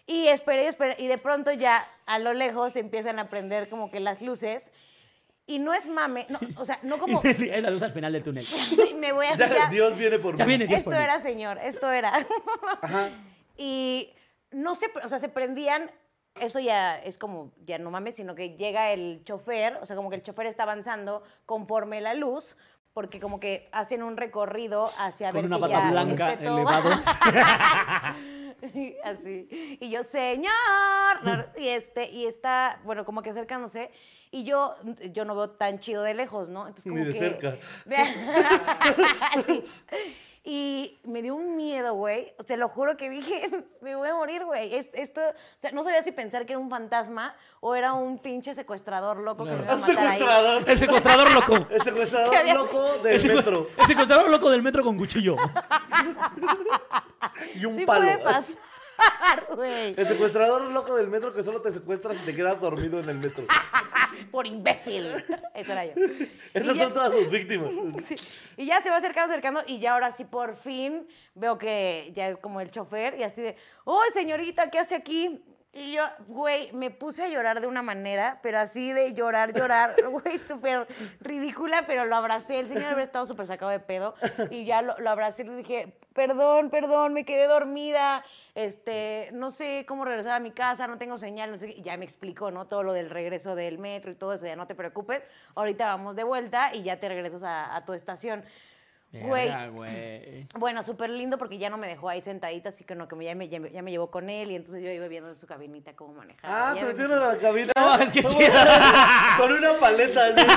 y esperé, esperé, y de pronto ya a lo lejos empiezan a prender como que las luces. Y no es mame, no, o sea, no como
Es la luz al final del túnel.
me voy a
Ya,
ya-
Dios viene por
Ya
mí.
viene. Dios
Esto
por mí.
era, señor, esto era.
Ajá.
Y no se, pre- o sea, se prendían, eso ya es como, ya no mames, sino que llega el chofer, o sea, como que el chofer está avanzando conforme la luz, porque como que hacen un recorrido hacia
Con
ver
una
que
pata
ya
blanca
esté todo-
elevados.
Así. Y yo, señor. No, Y este, y está, bueno, como que acercándose. Y yo, yo no veo tan chido de lejos, ¿no? Entonces,
Ni
como
de
que-
cerca.
Vea- Sí. Y me dio un miedo, güey. Te lo juro que dije, me voy a morir, güey. Es- Esto, o sea, no sabía si pensar que era un fantasma o era un pinche secuestrador loco que me iba a
Un
matar ahí.
secuestrador.
El secuestrador loco.
El
¿Qué
secuestrador
había-
loco
El,
del
secue-
metro.
el secuestrador loco del metro con cuchillo.
Y un
Sí
palo.
puede pasar, güey.
El secuestrador loco del metro que solo te secuestra si te quedas dormido en el metro.
Por imbécil. Eso era yo.
Esas
Y ya-
son todas sus víctimas.
Sí. Y ya se va acercando, acercando, y ya ahora sí por fin veo que ya es como el chofer y así de, oh, señorita, ¿qué hace aquí? Y yo, güey, me puse a llorar de una manera, pero así de llorar, llorar, güey, súper ridícula, pero lo abracé. El señor habría estado súper sacado de pedo y ya lo, lo abracé y le dije, perdón, perdón, me quedé dormida, este, no sé cómo regresar a mi casa, no tengo señal, no sé qué. Y Ya me explicó, ¿no? Todo lo del regreso del metro y todo eso, ya no te preocupes, ahorita vamos de vuelta y ya te regresas a, a tu estación. Güey,
Verga, güey.
bueno, súper lindo porque ya no me dejó ahí sentadita, así que no, que me- ya me, ya me- ya me llevó con él y entonces yo iba viendo en su cabinita cómo manejar.
Ah, se metieron a la cabina.
No, es que
Con
chido.
una- Con una paleta. así.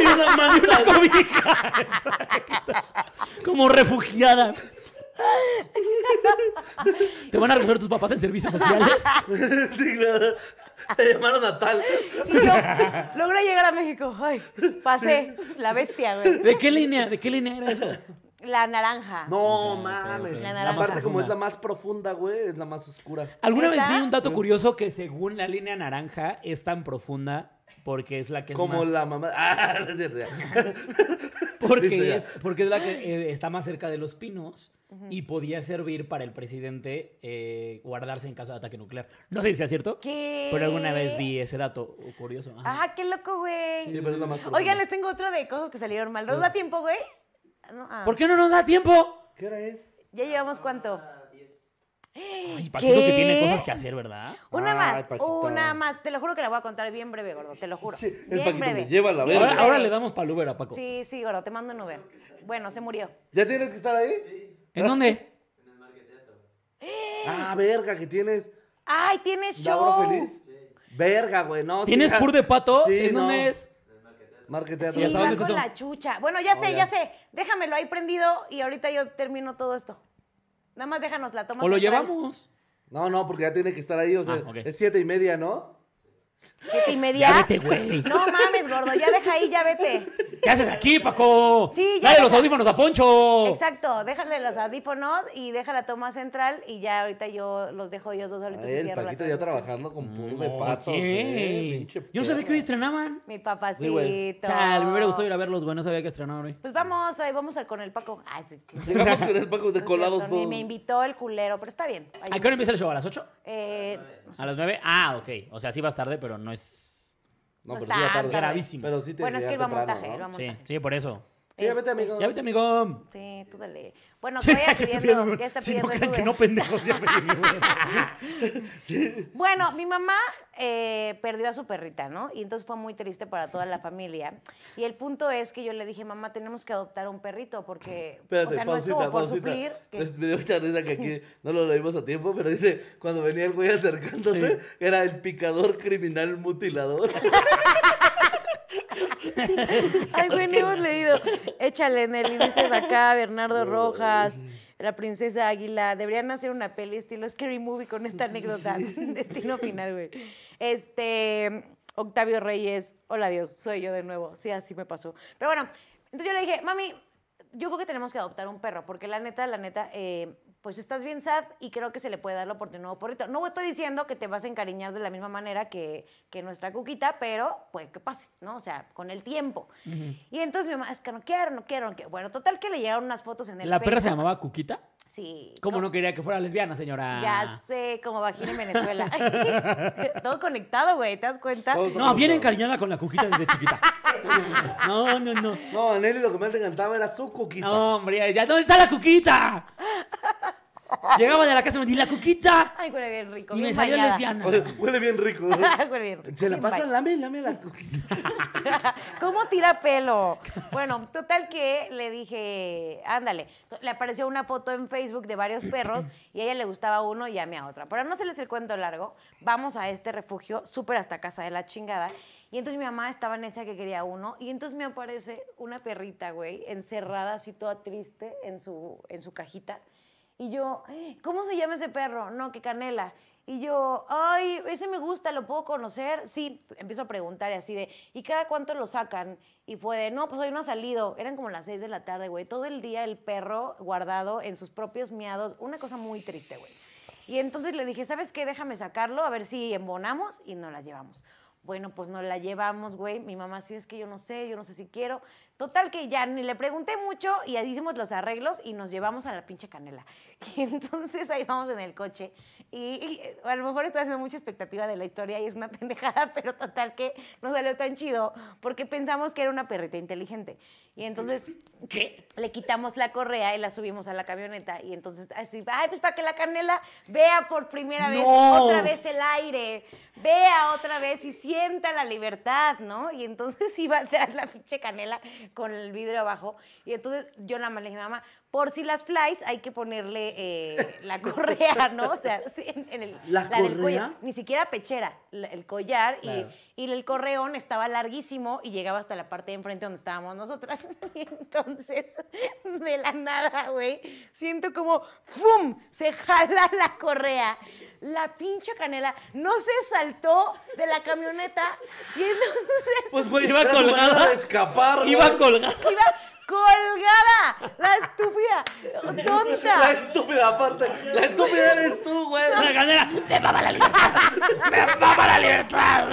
Y una manta. ¿no?
Como refugiada. ¿Te van a recoger tus papás en servicios sociales?
Sí, claro. Te llamaron a tal.
Y yo logré llegar a México. Ay, pasé la bestia, güey.
¿De qué línea, de qué línea era eso?
La naranja.
No mames.
La
La
naranja.
parte como es
Profunda.
la más profunda, güey, es la más oscura.
Alguna vez
¿Neta?
vi un
Mm.
dato curioso que según la línea naranja es tan profunda porque es la que es
Como
más-
la mamá. Ah, no es cierto, ya. Listo,
porque
ya.
es porque es la que eh, está más cerca de los pinos y podía servir para el presidente eh, guardarse en caso de ataque nuclear. No sé si sea cierto,
¿Qué?
pero alguna vez vi ese dato curioso. Ajá.
Ah, qué loco, güey.
Sí, pero es la más profunda.
Oigan, les tengo otra de cosas que salieron mal. ¿Nos da tiempo, güey? No, ah.
¿Por qué no nos da tiempo?
¿Qué hora es?
¿Ya llevamos cuánto?
Ah,
Ay, Paquito que
¿Qué?
tiene cosas que hacer, ¿verdad?
Una
Ay,
más,
Paquito.
una más. Te lo juro que la voy a contar bien breve, gordo. Te lo juro.
Sí, el
bien
Paquito me
breve.
lleva a la
Bien
verga.
breve.
Ahora, ahora le damos pa'l Uber a Paco.
Sí, sí, gordo, te mando un Uber. Bueno, se murió.
¿Ya tienes que estar ahí?
¿En dónde?
Ah, verga, que tienes.
¡Ay, tienes
¿La hora
show!
feliz? Verga, güey, no. sí,
¿Tienes
ya.
pur de pato?
Sí,
¿En
no.
dónde es?
Marquetea
Sí,
¿Y hasta
va
dónde
con
se son?
la chucha. Bueno, ya sé,
Oh,
ya
ya.
sé. Déjamelo ahí prendido y ahorita yo termino todo esto. Nada más déjanos la toma.
¿O lo
central.
llevamos?
No, no, porque ya tiene que estar ahí, o sea,
Ah, ok.
es siete y media, ¿no?
Siete y media.
Ya vete, güey.
No mames, gordo, ya deja ahí, ya vete.
¿Qué haces aquí, Paco?
Sí, ya
Dale
deja-
los audífonos a Poncho.
Exacto, déjale los audífonos y deja la toma central y ya ahorita yo los dejo ellos dos solitos
Ay,
y
el
cierro la
Paquito ya
transmisión.
trabajando con pur de
Oye,
patos. eh, pinche
Yo no sabía que hoy
perro.
estrenaban.
Mi
Sí, güey.
papacito.
Chal, me hubiera gustado ir a verlos, güey. No sabía que estrenaban hoy.
Pues vamos, ahí vamos al- con el Paco. Ay, sí.
Llegamos con el Paco de
No
colados
es cierto,
todos.
Ni me invitó el culero, pero está bien. Ahí-
¿A qué hora empieza el show? ¿A las 8?
Eh,
¿A las 9? Ah, ok. O sea, sí vas tarde, pero no es
No,
No
pero sí
está
ya tarde.
tan
gravísimo.
Pero sí te
bueno, es que
llegar
iba a
temprano,
montaje,
¿no?
iba a
Sí,
montaje.
sí, por eso.
Sí, ya vete,
Este,
amigo.
Ya vete, amigo.
Sí, tú dale. Bueno, que vaya
Que estoy
pidiendo,
pidiendo-
ya está
si no
pidiendo el
creen que
Uber.
no, pendejos. Ya pedí mi Uber.
Bueno, mi mamá eh, perdió a su perrita, ¿no? Y entonces fue muy triste para toda la familia. Y el punto es que yo le dije, mamá, tenemos que adoptar un perrito porque,
Espérate,
o sea, no
pausita,
es como por
pausita.
suplir. que-
Me- Me dio mucha risa que aquí no lo leímos a tiempo, pero dice, cuando venía el güey acercándose, era el picador criminal mutilador.
Ay, güey, ni hemos leído. Échale, Nelly, dice de acá, Bernardo Rojas, la princesa Águila. Deberían hacer una peli estilo Scary Movie con esta anécdota. Destino final, güey. Este, Octavio Reyes, hola Dios, soy yo de nuevo. Sí, así me pasó. Pero bueno, entonces yo le dije, mami, yo creo que tenemos que adoptar un perro, porque la neta, la neta, eh, pues estás bien sad y creo que se le puede dar la oportunidad a un perrito. No estoy diciendo que te vas a encariñar de la misma manera que, que nuestra cuquita, pero puede que pase, ¿no? O sea, con el tiempo. Y entonces mi mamá, es que no quiero, no quiero, no quiero. Bueno, total que le llegaron unas fotos en el
¿La perra se
Facebook.
llamaba Cuquita?
Sí.
¿Cómo Ah. no quería que fuera lesbiana, señora?
Ya sé, como vagina en Venezuela. Todo conectado, güey, ¿te das cuenta?
Vamos a-
No, bien encariñada con la Cuquita desde chiquita. No, no, no.
No, a Nelly lo que más le encantaba era su coquita.
No, hombre, ya, ¿dónde está la Cuquita? Llegaban a la casa y me decían, ¿y la Cuquita?
Ay, huele bien rico.
Y
bien
me salió
bañada.
lesbiana.
Huele, huele bien rico.
Huele bien rico.
Se la
bien
pasa,
bañada.
lame, lame la coquita.
¿Cómo tira pelo? Bueno, total que le dije, ándale. Le apareció una foto en Facebook de varios perros y a ella le gustaba uno y a mí a otra. Para no hacerles el cuento largo, vamos a este refugio, súper hasta casa de la chingada. Y entonces mi mamá estaba en esa que quería uno y entonces me aparece una perrita, güey, encerrada así toda triste en su, en su cajita. Y yo, ¿cómo se llama ese perro? No, que Canela. Y yo, ay, ese me gusta, ¿lo puedo conocer? Sí, empiezo a preguntar y así de, ¿y cada cuánto lo sacan? Y fue de, no, pues hoy no ha salido. Eran como las seis de la tarde, güey. Todo el día el perro guardado en sus propios miados. Una cosa muy triste, güey. Y entonces le dije, ¿sabes qué? Déjame sacarlo, a ver si embonamos y nos la llevamos. Bueno, pues nos la llevamos, güey. Mi mamá sí es que yo no sé, yo no sé si quiero. Total que ya ni le pregunté mucho y ahí hicimos los arreglos y nos llevamos a la pinche canela. Y entonces ahí vamos en el coche. Y, y, eh, a lo mejor estoy haciendo mucha expectativa de la historia y es una pendejada, pero total que no salió tan chido porque pensamos que era una perrita inteligente. Y entonces
¿Qué?
le quitamos la correa y la subimos a la camioneta y entonces así, ay, pues para que la canela vea por primera vez
¡No!
otra vez el aire, vea otra vez y sienta la libertad, ¿no? Y entonces iba atrás la pinche canela con el vidrio abajo y entonces yo nada más le dije, mamá, por si las flies hay que ponerle eh, la correa, ¿no? O sea, sí, en, en el,
¿La
del cuello.
correa?
Ni siquiera pechera, la- el collar y-
Claro.
y, el correón estaba larguísimo y llegaba hasta la parte de enfrente donde estábamos nosotras. Y entonces, de la nada, güey, siento como ¡fum! Se jala la correa. La pinche canela no se saltó de la camioneta y entonces
Pues, güey,
Iba
era su
colgada.
manera de escapar,
Iba
güey.
colgada.
iba colgada. La estúpida, tonta.
La estúpida, aparte. La estúpida eres tú, güey.
La ganera.
¡Me va la libertad! ¡Me va la libertad!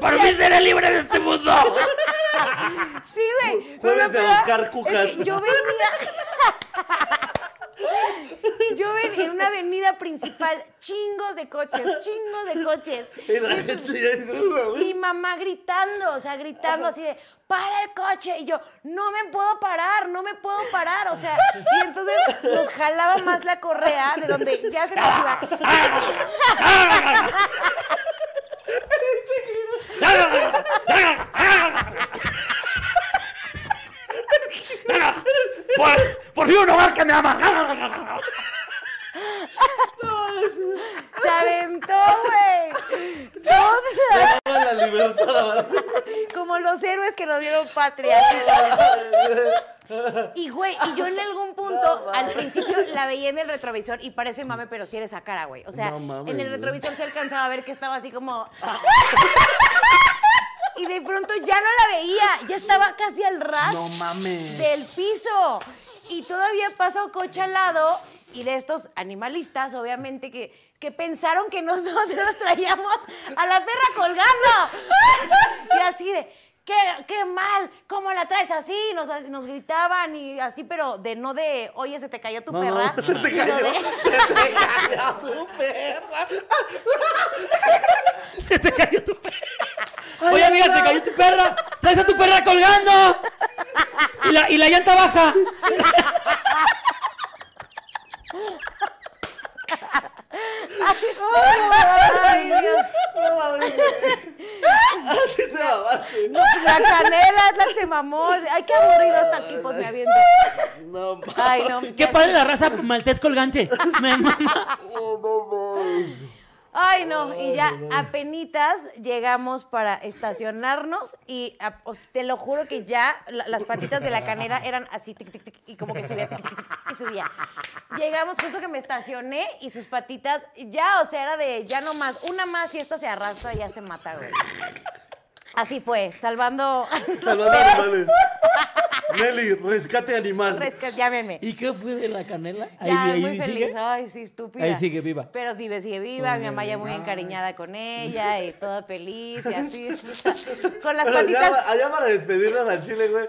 ¡Por mí seré libre de este mundo!
Sí, güey.
Jueves
Pero lo
de
peor
buscar
es
cucas.
que yo venía. Yo venía en una avenida principal, chingos de coches, chingos de coches.
Y la gente ya dice, güey.
Mi mamá gritando, o sea, gritando así de, para el coche. Y yo, no me puedo parar, no me puedo parar. O sea, y entonces nos jalaba más la correa de donde ya se nos iba.
¡Por, por fin un hogar que me ama!
Se aventó, güey. No,
Me daba la libertad.
como los héroes que nos dieron patria. Y güey, y yo en algún punto, al principio la veía en el retrovisor y parece mame, pero sí era esa cara, güey. O sea,
No mames,
en el
güey.
retrovisor se alcanzaba a ver que estaba así como. Y de pronto ya no la veía, ya estaba casi al ras
No mames.
del piso. Y todavía pasa un coche al lado y de estos animalistas, obviamente, que, que pensaron que nosotros traíamos a la perra colgando. Y así de, qué, qué mal, ¿cómo la traes así? Nos, nos gritaban y así, pero de no de, oye, se te cayó tu
No,
perra.
no, se te
sino
cayó.
de-
Se te cayó tu perra.
Se te cayó tu perra. Oye, amiga, se cayó tu perra. Traes a tu perra colgando. Y la, y la llanta baja.
Ay, Dios.
No, Mauricio. Así te mamaste.
No, la canela es la que se mamó. Ay, qué aburrido está aquí, pues me aviento.
No, ma-
Ay, no.
Qué
ya-
padre la raza maltés colgante. Me mama.
no, no, no.
Ay, no. Y ya apenitas llegamos para estacionarnos y a- o sea, te lo juro que ya la- las patitas de la canela eran así, tic, tic, tic, y como que subía, tic, tic, tic, tic, y subía. Llegamos justo que me estacioné y sus patitas ya, o sea, era de ya no más. Una más y esta se arrastra y ya se mata, güey. Así fue, salvando a los
Salvando
perros.
animales. Nelly, rescate animal.
Rescat- llámeme.
¿Y qué fue de la canela? Ahí,
ya,
ahí
muy feliz.
sigue.
Ay, sí, estúpida.
Ahí sigue viva.
Pero vive, sigue viva. mi mamá ya muy encariñada con ella y toda feliz y así. con las
Pero ya,
patitas.
pa- allá para despedirnos al chile, güey.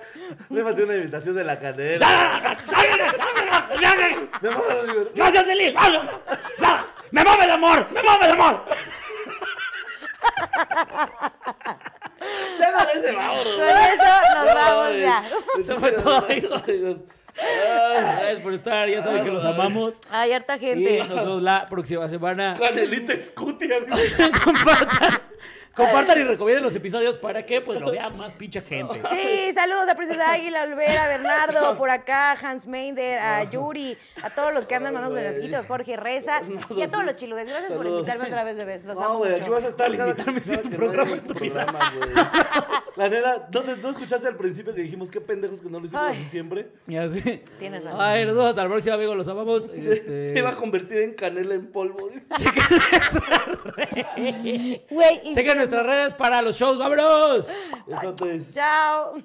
Le mandé una invitación de la canela. Me mama la libertad.
¡Gracias, Nelly! ¡Me mueve el amor! ¡Me mueve el amor!
Ya con ese vamos.
Con eso nos vamos ya.
Se fue todo, hijos. Gracias por estar. Ya saben que los amamos.
Ay, harta
Y
gente.
nos vemos la próxima semana.
Canelita escutia, güey.
compartan, compartan y recomienden los episodios para que pues lo vea más pinche gente.
Sí, saludos a Princesa Águila, Olvera, Bernardo, por acá, Hans Meinder, a Yuri, a todos los que andan mandando mensajitos, Jorge Reza y a todos los chiludes. Gracias por
Saludos.
invitarme otra vez, bebés. Los
No,
amo
güey, aquí
mucho.
vas a estar.
Al
cada-
invitarme, sí, es
cada
tu
que
programa,
vayas a tu
estúpida.
programa, güey. La nena, ¿no, te- ¿no escuchaste al principio que dijimos qué pendejos que no lo hicimos
Ay.
en siempre?
Ya sé.
Tienes razón.
Ay, nos vemos hasta la próxima, amigos. Los amamos. Este,
Se va a convertir en canela en polvo.
Güey, y-
chequen nuestras redes para los shows. ¡Vámonos!
Eso te es.
chao.